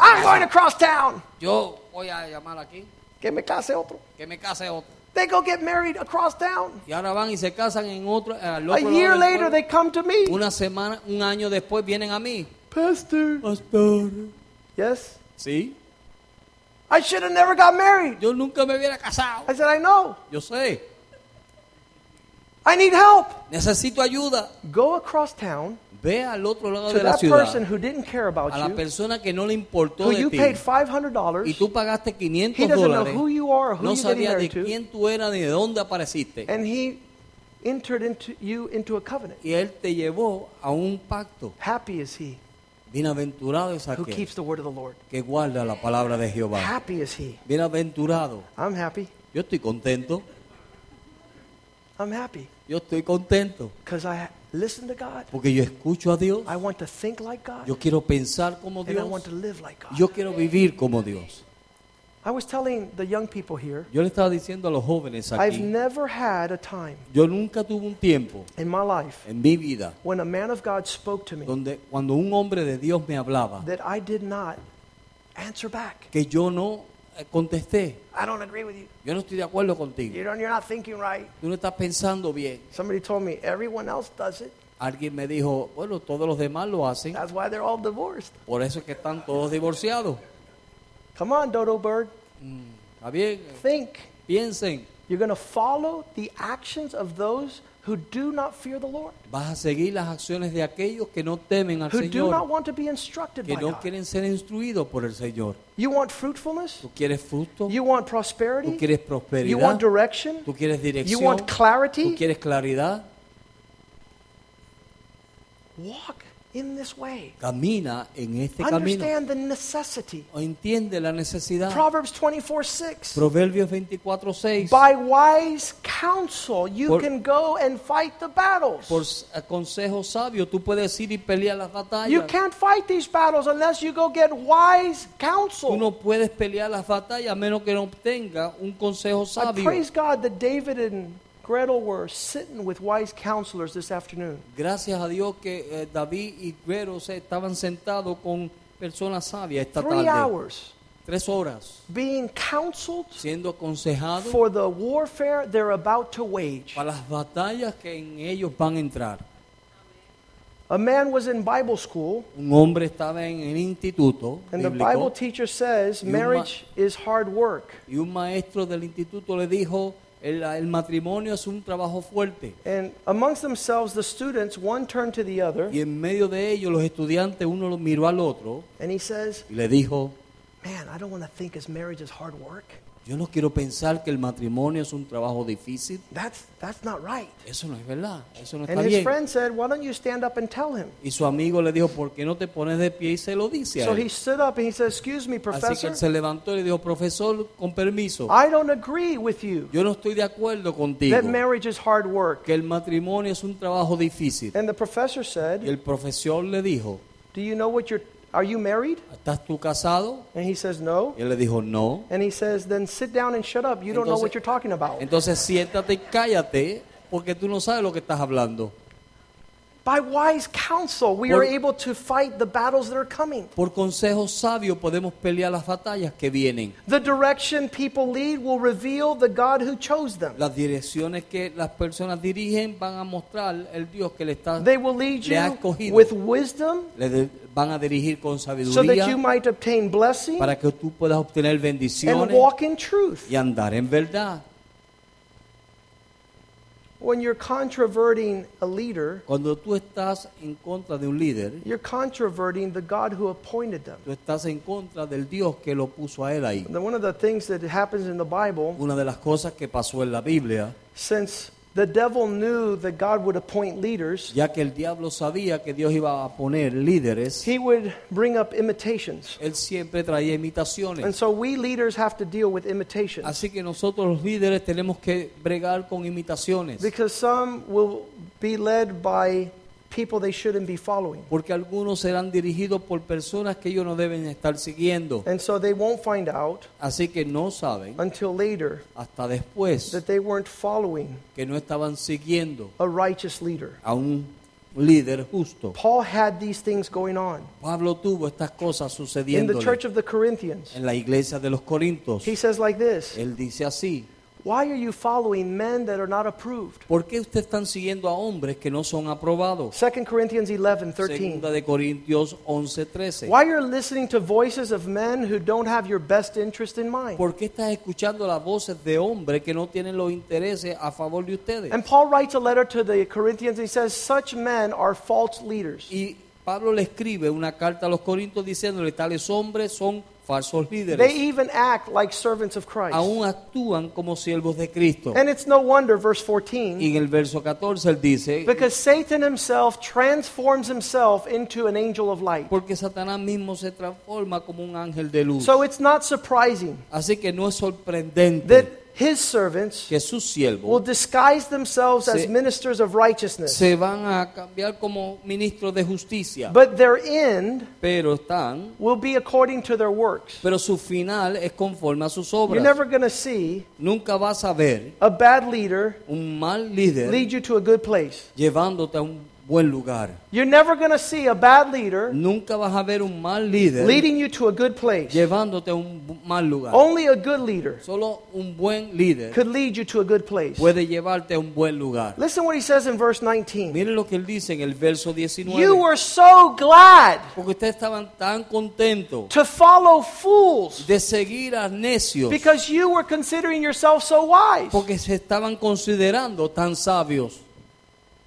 Speaker 2: I'm going to cross town.
Speaker 1: Yo voy a llamar aquí
Speaker 2: Que me case otro.
Speaker 1: que me case otro.
Speaker 2: They go get married across town.
Speaker 1: Y ahora van y se casan en otro. eh, al
Speaker 2: A
Speaker 1: otro lado
Speaker 2: year
Speaker 1: del
Speaker 2: later,
Speaker 1: pueblo.
Speaker 2: they come to me.
Speaker 1: Una semana, un año después vienen a mí.
Speaker 2: Pastor.
Speaker 1: Pastor.
Speaker 2: Yes.
Speaker 1: Sí.
Speaker 2: I should have never got married.
Speaker 1: Yo nunca me hubiera casado.
Speaker 2: I said, I know.
Speaker 1: Yo sé.
Speaker 2: I need help.
Speaker 1: Necesito ayuda.
Speaker 2: Go across town
Speaker 1: Ve al otro lado
Speaker 2: to
Speaker 1: de la
Speaker 2: that person
Speaker 1: ciudad.
Speaker 2: who didn't care
Speaker 1: A la
Speaker 2: about you,
Speaker 1: persona que no le importó
Speaker 2: who
Speaker 1: de
Speaker 2: you
Speaker 1: ti.
Speaker 2: paid
Speaker 1: Y
Speaker 2: $500.
Speaker 1: tú pagaste
Speaker 2: He
Speaker 1: 500
Speaker 2: doesn't know
Speaker 1: dólares.
Speaker 2: who you are or who
Speaker 1: No
Speaker 2: you're getting
Speaker 1: sabía de
Speaker 2: married to.
Speaker 1: quién tú eras ni de dónde apareciste.
Speaker 2: And he entered into you into a covenant.
Speaker 1: Y él te llevó a un pacto.
Speaker 2: Happy is he
Speaker 1: Bienaventurado es
Speaker 2: who
Speaker 1: aquel
Speaker 2: keeps the word of the Lord.
Speaker 1: que guarda la palabra de Jehová.
Speaker 2: Happy is he.
Speaker 1: Bienaventurado.
Speaker 2: I'm happy.
Speaker 1: Yo estoy contento.
Speaker 2: I'm happy
Speaker 1: Yo estoy contento.
Speaker 2: because I listen to God.
Speaker 1: Porque yo escucho a Dios.
Speaker 2: I want to think like God.
Speaker 1: Yo quiero pensar como
Speaker 2: And I
Speaker 1: Dios.
Speaker 2: want to live like God.
Speaker 1: Yo quiero vivir como Dios.
Speaker 2: I was telling the young people here,
Speaker 1: Yo le estaba diciendo a los jóvenes
Speaker 2: I've
Speaker 1: aquí.
Speaker 2: never had a time
Speaker 1: Yo nunca tuve un tiempo
Speaker 2: in my life
Speaker 1: en mi vida
Speaker 2: when a man of God spoke to me
Speaker 1: donde cuando un hombre de Dios me hablaba
Speaker 2: that I did not answer back.
Speaker 1: que yo no eh, contesté.
Speaker 2: I don't agree with you.
Speaker 1: Yo no estoy de acuerdo contigo.
Speaker 2: You don't, you're not thinking right.
Speaker 1: Tú no estás pensando bien.
Speaker 2: Somebody told me everyone else does it.
Speaker 1: Alguien me dijo, bueno, todos los demás lo hacen.
Speaker 2: That's why they're all divorced.
Speaker 1: Por eso es que están todos divorciados.
Speaker 2: Come on, Dodo Bird.
Speaker 1: Está bien, eh,
Speaker 2: Think.
Speaker 1: piensen.
Speaker 2: You're going to follow the actions of those who do not fear the Lord,
Speaker 1: Vas a seguir las acciones de aquellos que no temen al
Speaker 2: who do not
Speaker 1: Señor,
Speaker 2: want to be instructed
Speaker 1: que
Speaker 2: by
Speaker 1: no
Speaker 2: God.
Speaker 1: quieren ser instruidos por el Señor.
Speaker 2: You want fruitfulness?
Speaker 1: Tú quieres fruto,
Speaker 2: You want
Speaker 1: tú
Speaker 2: prosperity?
Speaker 1: quieres
Speaker 2: You want
Speaker 1: prosperidad,
Speaker 2: direction?
Speaker 1: tú quieres
Speaker 2: You
Speaker 1: dirección,
Speaker 2: want
Speaker 1: tú
Speaker 2: clarity?
Speaker 1: quieres claridad.
Speaker 2: Walk in this way.
Speaker 1: Camina en este camino. Ah.
Speaker 2: Understand the necessity.
Speaker 1: O Entiende la necesidad.
Speaker 2: Proverbs 24 6.
Speaker 1: Proverbios 24:6.
Speaker 2: By wise counsel, you
Speaker 1: Por-
Speaker 2: can go and fight the battles.
Speaker 1: Por s- eh, consejo sabio, tú puedes ir y pelear las
Speaker 2: You
Speaker 1: batallas.
Speaker 2: can't fight these battles unless you go get wise
Speaker 1: Tú
Speaker 2: counsel.
Speaker 1: no puedes pelear las batallas a menos que no obtenga un consejo
Speaker 2: I
Speaker 1: sabio.
Speaker 2: praise God that David and Gretel were sitting with wise counselors this afternoon.
Speaker 1: Gracias a Dios que eh, David y Guerrero se estaban sentados con personas sabias esta
Speaker 2: Three
Speaker 1: tarde.
Speaker 2: hours
Speaker 1: Tres horas
Speaker 2: being counseled
Speaker 1: siendo aconsejados
Speaker 2: for the warfare they're about to wage.
Speaker 1: para las batallas que en ellos van a entrar.
Speaker 2: A man was in Bible school,
Speaker 1: Un hombre estaba en el instituto
Speaker 2: and the
Speaker 1: bíblico,
Speaker 2: Bible teacher says
Speaker 1: Y un ma-
Speaker 2: marriage is hard work.
Speaker 1: y un maestro del instituto le dijo el, el matrimonio es un trabajo fuerte.
Speaker 2: And amongst themselves, the students, one turned to the other,
Speaker 1: Y en medio de ellos los estudiantes uno lo miró al otro
Speaker 2: and he says,
Speaker 1: y le dijo,
Speaker 2: Man, I don't want to think as marriage is hard work.
Speaker 1: yo no quiero pensar que el matrimonio es un trabajo difícil.
Speaker 2: That's, that's not right.
Speaker 1: Eso no es verdad, eso no
Speaker 2: And
Speaker 1: está
Speaker 2: his
Speaker 1: bien.
Speaker 2: friend said, Why don't you stand up and tell him?
Speaker 1: Y su amigo le dijo, ¿por qué no te pones de pie y se lo dice a
Speaker 2: So
Speaker 1: él?
Speaker 2: he stood up and he said, Excuse me,
Speaker 1: Así que
Speaker 2: professor,
Speaker 1: él se levantó y le dijo, profesor, con permiso,
Speaker 2: I don't agree with you
Speaker 1: yo no estoy de acuerdo contigo
Speaker 2: that marriage is hard work.
Speaker 1: que el matrimonio es un trabajo difícil.
Speaker 2: And the professor
Speaker 1: Y
Speaker 2: said,
Speaker 1: el profesor le dijo,
Speaker 2: Do you know what you're, are you married?
Speaker 1: ¿estás tú casado?
Speaker 2: And he says, No.
Speaker 1: Y él le dijo, no.
Speaker 2: And he says, Then sit down and shut up. You don't know
Speaker 1: Entonces-
Speaker 2: what you're talking about.
Speaker 1: Entonces siéntate y cállate porque tú no sabes lo que estás hablando.
Speaker 2: By wise counsel, we
Speaker 1: Por-
Speaker 2: are able to fight the battles that are coming.
Speaker 1: Por consejos sabios podemos pelear las batallas que vienen.
Speaker 2: The direction people lead will reveal the God who chose them.
Speaker 1: Las direcciones que las personas dirigen van a mostrar el Dios que le está
Speaker 2: They will lead
Speaker 1: le ha
Speaker 2: you
Speaker 1: escogido.
Speaker 2: with wisdom
Speaker 1: le de- van a dirigir con
Speaker 2: so that you
Speaker 1: sabiduría
Speaker 2: might obtain blessing
Speaker 1: para que tú puedas obtener
Speaker 2: and
Speaker 1: bendiciones
Speaker 2: walk in truth.
Speaker 1: y andar en verdad.
Speaker 2: When you're controverting a leader,
Speaker 1: Cuando tú estás en contra de un líder,
Speaker 2: you're controverting the God who appointed them.
Speaker 1: tú estás en contra del Dios que lo puso a él ahí.
Speaker 2: The- One of the things that happens in the Bible,
Speaker 1: Una de las cosas que pasó en la Biblia,
Speaker 2: since The devil knew that God would appoint leaders.
Speaker 1: ya que el diablo sabía que Dios iba a poner líderes,
Speaker 2: He would bring up imitations.
Speaker 1: él siempre traía
Speaker 2: And
Speaker 1: imitaciones.
Speaker 2: so we leaders have to deal with imitations
Speaker 1: Así que nosotros los líderes tenemos que bregar con imitaciones,
Speaker 2: because some will be led by people they shouldn't be following.
Speaker 1: porque algunos serán dirigidos por personas que ellos no deben estar siguiendo.
Speaker 2: And so they won't find out
Speaker 1: Así que no saben
Speaker 2: until later
Speaker 1: hasta después
Speaker 2: that they weren't following
Speaker 1: que no estaban siguiendo
Speaker 2: a righteous leader.
Speaker 1: a un líder justo.
Speaker 2: Paul had these things going on
Speaker 1: Pablo tuvo estas cosas
Speaker 2: in
Speaker 1: sucediendo
Speaker 2: the church of the Corinthians.
Speaker 1: en la iglesia de los Corintios.
Speaker 2: He says like this,
Speaker 1: Él dice así,
Speaker 2: "Why are you following men that are not approved?"
Speaker 1: ¿por qué ustedes están siguiendo a hombres que no son aprobados?
Speaker 2: 2 Corinthians 11:13.
Speaker 1: Segunda de Corintios 11:13.
Speaker 2: Why you're listening to voices of men who don't have your best interest in mind?
Speaker 1: ¿Por qué estás escuchando las voces de hombres que no tienen los intereses a favor de ustedes?
Speaker 2: And Paul writes a letter to the Corinthians. He says, Such men are false leaders.
Speaker 1: Y Pablo le escribe una carta a los Corintios diciéndole, tales hombres son falsos
Speaker 2: They
Speaker 1: líderes.
Speaker 2: even act like servants of Christ.
Speaker 1: Aún actúan como siervos de Cristo.
Speaker 2: And it's no wonder, verse
Speaker 1: Y
Speaker 2: 14,
Speaker 1: en el verso 14 él dice,
Speaker 2: because Satan himself transforms himself into an angel of light.
Speaker 1: porque Satanás mismo se transforma como un ángel de luz.
Speaker 2: So it's not surprising
Speaker 1: Así que no es
Speaker 2: that
Speaker 1: sorprendente
Speaker 2: his servants
Speaker 1: que sus
Speaker 2: will
Speaker 1: siervos
Speaker 2: disguise themselves as
Speaker 1: Se-
Speaker 2: ministers of righteousness.
Speaker 1: se van a cambiar como ministros de justicia,
Speaker 2: But their end
Speaker 1: pero están,
Speaker 2: will be according to their works.
Speaker 1: pero su final es conforme a sus
Speaker 2: You're
Speaker 1: obras.
Speaker 2: never going to see
Speaker 1: Nunca vas a ver
Speaker 2: a bad leader
Speaker 1: un mal líder
Speaker 2: lead you to a good place.
Speaker 1: llevándote a un buen lugar.
Speaker 2: You're never going to see a bad leader
Speaker 1: Nunca vas a ver un mal líder
Speaker 2: leading you to a good place.
Speaker 1: llevándote a un bu- mal lugar.
Speaker 2: Only a good leader
Speaker 1: Solo un buen líder
Speaker 2: could lead you to a good place.
Speaker 1: puede llevarte a un buen lugar.
Speaker 2: Listen what he says in verse 19.
Speaker 1: Miren lo que él dice en el verso
Speaker 2: You
Speaker 1: 19.
Speaker 2: were so glad
Speaker 1: Porque ustedes estaban tan contentos
Speaker 2: to follow fools
Speaker 1: de seguir a necios
Speaker 2: because you were considering yourself so wise.
Speaker 1: porque se estaban considerando tan sabios.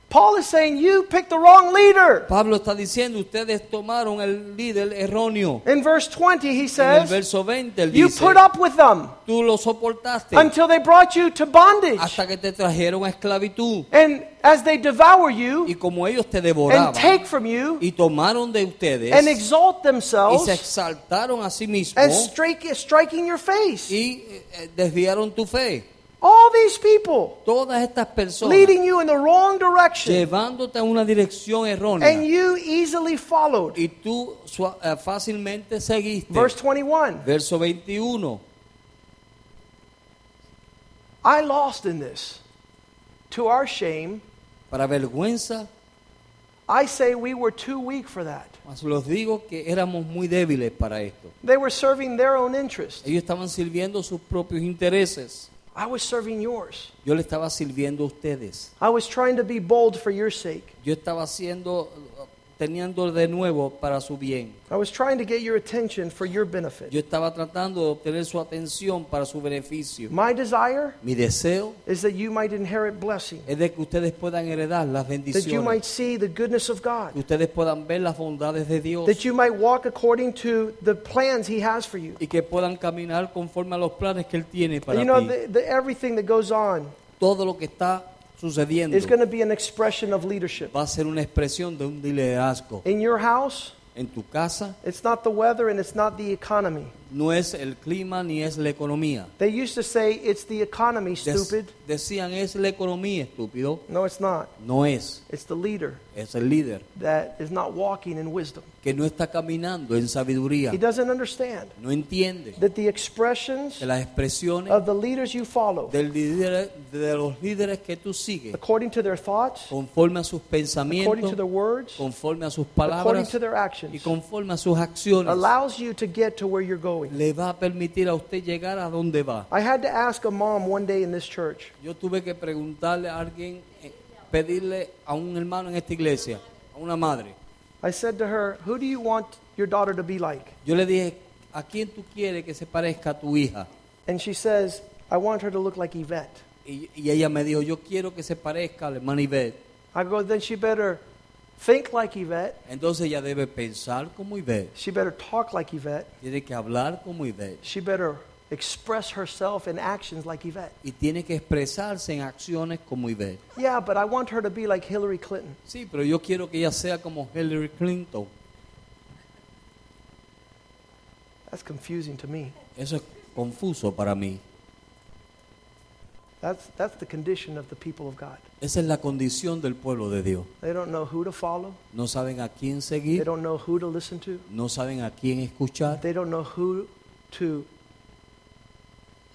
Speaker 2: Paul is saying you picked the wrong leader.
Speaker 1: Pablo está diciendo, ustedes tomaron el líder erróneo.
Speaker 2: In verse 20, he
Speaker 1: En el
Speaker 2: says,
Speaker 1: verso 20 él
Speaker 2: You
Speaker 1: dice,
Speaker 2: put up with them
Speaker 1: tú lo soportaste
Speaker 2: until they brought you to bondage.
Speaker 1: hasta que te trajeron a esclavitud.
Speaker 2: And as they devour
Speaker 1: Y
Speaker 2: you
Speaker 1: como ellos te
Speaker 2: and
Speaker 1: devoraban
Speaker 2: take from you
Speaker 1: y tomaron de
Speaker 2: and
Speaker 1: ustedes
Speaker 2: exalt
Speaker 1: y se
Speaker 2: themselves
Speaker 1: exaltaron a sí
Speaker 2: and
Speaker 1: mismos
Speaker 2: strike, striking your face.
Speaker 1: y eh, desviaron tu fe.
Speaker 2: All these people
Speaker 1: Todas estas personas
Speaker 2: leading you in the wrong direction,
Speaker 1: llevándote a una dirección errónea.
Speaker 2: and you easily followed.
Speaker 1: Y tú sua- eh, fácilmente seguiste.
Speaker 2: Verse 21
Speaker 1: Verso 21.
Speaker 2: I lost in this. To our shame,
Speaker 1: Para vergüenza,
Speaker 2: I say we were too weak for that.
Speaker 1: os los digo que éramos muy débiles para esto.
Speaker 2: They were serving their own interest,
Speaker 1: Ellos estaban sirviendo sus propios intereses.
Speaker 2: I was serving yours.
Speaker 1: Yo le estaba sirviendo a ustedes.
Speaker 2: I was trying to be bold for your sake,
Speaker 1: Yo estaba haciendo, eh, teniendo de nuevo para su bien.
Speaker 2: I was trying to get your attention for your benefit.
Speaker 1: Yo estaba tratando de obtener su atención para su beneficio.
Speaker 2: My desire
Speaker 1: Mi deseo
Speaker 2: is that you might inherit blessing,
Speaker 1: es de que ustedes puedan heredar las
Speaker 2: that you might
Speaker 1: bendiciones,
Speaker 2: see the goodness of
Speaker 1: que
Speaker 2: God,
Speaker 1: ustedes puedan ver las bondades de Dios
Speaker 2: that you might walk according to the plans He has for you.
Speaker 1: y que puedan caminar conforme a los planes que Él tiene para
Speaker 2: You know,
Speaker 1: ti.
Speaker 2: the, the, everything that goes on
Speaker 1: Todo lo que está sucediendo
Speaker 2: is going to be an expression of leadership.
Speaker 1: va a ser una expresión de un liderazgo.
Speaker 2: In your house,
Speaker 1: En tu casa
Speaker 2: it's not the weather and it's not the economy.
Speaker 1: no es el clima ni es la economía.
Speaker 2: They used to say it's the economy,
Speaker 1: Des-
Speaker 2: stupid.
Speaker 1: decían es la economía, estúpido.
Speaker 2: No, it's not.
Speaker 1: No es,
Speaker 2: It's the leader
Speaker 1: es el líder
Speaker 2: that is not walking in wisdom.
Speaker 1: que no está caminando en sabiduría.
Speaker 2: He doesn't understand
Speaker 1: No entiende
Speaker 2: that the expressions
Speaker 1: que las expresiones
Speaker 2: of the leaders you follow,
Speaker 1: del líder, de los líderes que tú sigues,
Speaker 2: according to their thoughts,
Speaker 1: conforme a sus
Speaker 2: according to their
Speaker 1: pensamientos,
Speaker 2: words,
Speaker 1: conforme a sus
Speaker 2: according
Speaker 1: palabras
Speaker 2: to their
Speaker 1: y
Speaker 2: actions,
Speaker 1: conforme a sus acciones,
Speaker 2: allows you to get to where you're going.
Speaker 1: le va a permitir a usted llegar a donde va.
Speaker 2: I had to ask a mom one day in this church,
Speaker 1: Yo tuve que preguntarle a alguien, eh, pedirle a un hermano en esta iglesia, a una madre.
Speaker 2: I said to her, Who do you want your daughter to be like?
Speaker 1: Yo le dije, ¿a quién tú quieres que se parezca a tu hija?
Speaker 2: And she says, I want her to look like Yvette.
Speaker 1: Y, y ella me dijo, yo quiero que se parezca al hermano Ivette.
Speaker 2: I go, then she better think like Yvette.
Speaker 1: Entonces ella debe pensar como Ivette,
Speaker 2: She better talk like Yvette.
Speaker 1: tiene que hablar como Ivette,
Speaker 2: She better express herself in actions like Yvette.
Speaker 1: y tiene que expresarse en acciones como Ivette.
Speaker 2: Yeah, but I want her to be like Hillary Clinton.
Speaker 1: Sí, pero yo quiero que ella sea como Hillary Clinton.
Speaker 2: That's confusing to me.
Speaker 1: Eso es confuso para mí.
Speaker 2: That's, that's the condition of the people of God.
Speaker 1: Esa es la condición del pueblo de Dios.
Speaker 2: They don't know who to follow,
Speaker 1: No saben a quién
Speaker 2: they
Speaker 1: seguir,
Speaker 2: don't know who to listen to,
Speaker 1: no saben a quién escuchar,
Speaker 2: they don't know who to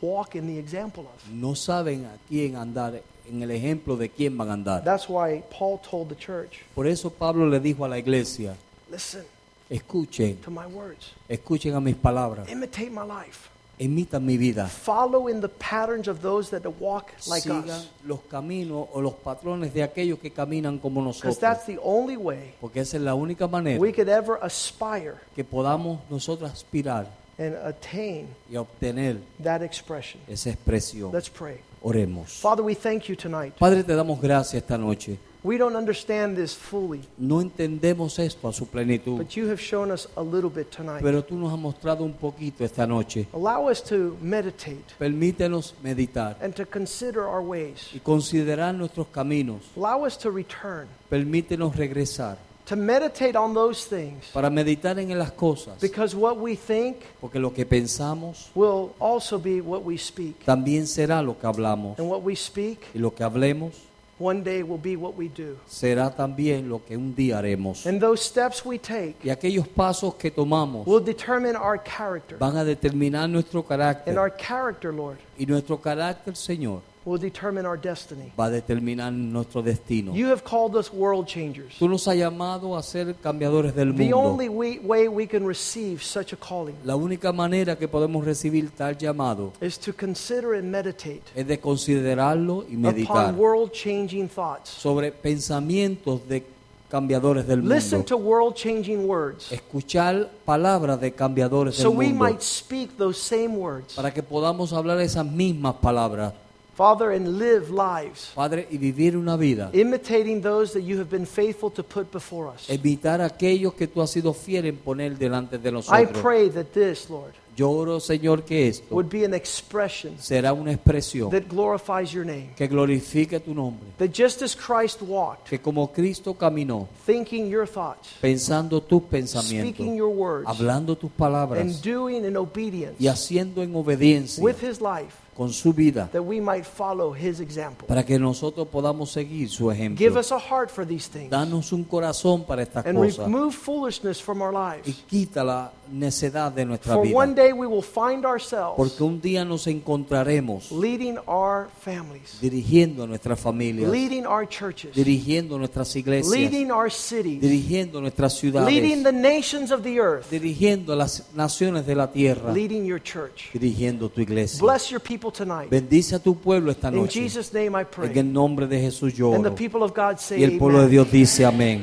Speaker 2: walk in the example of.
Speaker 1: no saben a quién andar, en el ejemplo de quién van a andar.
Speaker 2: That's why Paul told the church
Speaker 1: Por eso Pablo le dijo a la iglesia,
Speaker 2: listen
Speaker 1: escuchen,
Speaker 2: to my words,
Speaker 1: escuchen a mis palabras,
Speaker 2: imitate my life,
Speaker 1: imitan mi vida,
Speaker 2: follow in the patterns of those that walk like
Speaker 1: sigan
Speaker 2: us.
Speaker 1: los caminos o los patrones de aquellos que caminan como
Speaker 2: Because
Speaker 1: nosotros.
Speaker 2: that's the only way
Speaker 1: Porque esa es la única manera
Speaker 2: we could ever aspire
Speaker 1: que podamos nosotros aspirar
Speaker 2: and attain
Speaker 1: y obtener
Speaker 2: that expression.
Speaker 1: esa expresión.
Speaker 2: Let's pray.
Speaker 1: Oremos.
Speaker 2: Father, we thank you tonight.
Speaker 1: Padre, te damos gracias esta noche.
Speaker 2: We don't understand this fully,
Speaker 1: No entendemos esto a su plenitud,
Speaker 2: but you have shown us a little bit tonight.
Speaker 1: pero tú nos has mostrado un poquito esta noche.
Speaker 2: Allow us to meditate
Speaker 1: Permítenos meditar
Speaker 2: and to consider our ways.
Speaker 1: y considerar nuestros caminos.
Speaker 2: Allow us to return,
Speaker 1: Permítenos regresar
Speaker 2: to meditate on those things,
Speaker 1: para meditar en las cosas,
Speaker 2: because what we think
Speaker 1: porque lo que pensamos
Speaker 2: will also be what we speak.
Speaker 1: también será lo que hablamos
Speaker 2: And what we speak
Speaker 1: y lo que hablemos
Speaker 2: one day will be what we do.
Speaker 1: será también lo que un día haremos.
Speaker 2: And those steps we take
Speaker 1: Y aquellos pasos que tomamos
Speaker 2: will determine our character.
Speaker 1: van a determinar nuestro carácter
Speaker 2: And our character, Lord,
Speaker 1: y nuestro carácter, Señor,
Speaker 2: will determine our destiny.
Speaker 1: va a determinar nuestro destino.
Speaker 2: You have called us world changers.
Speaker 1: Tú nos has llamado a ser cambiadores del
Speaker 2: The
Speaker 1: mundo.
Speaker 2: only we, way we can receive such a calling
Speaker 1: La única manera que podemos recibir tal llamado
Speaker 2: is to consider and meditate
Speaker 1: es de considerarlo y meditar
Speaker 2: upon world changing thoughts.
Speaker 1: sobre pensamientos de cambiadores del
Speaker 2: Listen
Speaker 1: mundo.
Speaker 2: to world changing words
Speaker 1: Escuchar palabras de cambiadores
Speaker 2: so
Speaker 1: del
Speaker 2: we
Speaker 1: mundo
Speaker 2: might speak those same words.
Speaker 1: para que podamos hablar esas mismas palabras,
Speaker 2: Father, and live lives
Speaker 1: Padre, y vivir una vida.
Speaker 2: imitating those that you have been faithful to put before us.
Speaker 1: Evitar a aquellos que tú has sido fiel en poner delante de
Speaker 2: I
Speaker 1: nosotros.
Speaker 2: pray that this, Lord,
Speaker 1: Yo oro, Señor, que esto
Speaker 2: would be an expression
Speaker 1: será una expresión
Speaker 2: that glorifies your name.
Speaker 1: que glorifique tu nombre.
Speaker 2: That just as Christ walked,
Speaker 1: Que como Cristo caminó,
Speaker 2: thinking your thoughts,
Speaker 1: pensando tus
Speaker 2: speaking
Speaker 1: pensamientos,
Speaker 2: your words,
Speaker 1: hablando tus palabras
Speaker 2: and doing in obedience
Speaker 1: y haciendo en obediencia
Speaker 2: with his life
Speaker 1: con su vida
Speaker 2: that we might follow his example.
Speaker 1: para que nosotros podamos seguir su
Speaker 2: Give
Speaker 1: ejemplo.
Speaker 2: us a heart for these things
Speaker 1: Danos un corazón para estas
Speaker 2: and
Speaker 1: cosas
Speaker 2: remove foolishness from our
Speaker 1: y
Speaker 2: lives.
Speaker 1: quita la necedad de nuestra
Speaker 2: For one
Speaker 1: vida.
Speaker 2: day we will find
Speaker 1: Porque
Speaker 2: ourselves
Speaker 1: un día nos encontraremos
Speaker 2: leading our families,
Speaker 1: dirigiendo a nuestras familias,
Speaker 2: leading our churches,
Speaker 1: dirigiendo nuestras iglesias,
Speaker 2: leading our cities,
Speaker 1: dirigiendo nuestras
Speaker 2: leading
Speaker 1: ciudades,
Speaker 2: the nations of the earth,
Speaker 1: dirigiendo a las naciones de la tierra,
Speaker 2: leading your church.
Speaker 1: dirigiendo tu iglesia.
Speaker 2: Bless your people tonight.
Speaker 1: Bendice a tu pueblo esta
Speaker 2: In
Speaker 1: noche.
Speaker 2: Jesus' name I
Speaker 1: En
Speaker 2: pray.
Speaker 1: el nombre de Jesús yo
Speaker 2: And the
Speaker 1: oro.
Speaker 2: people of God say
Speaker 1: Y el pueblo de
Speaker 2: amen.
Speaker 1: Dios dice amén.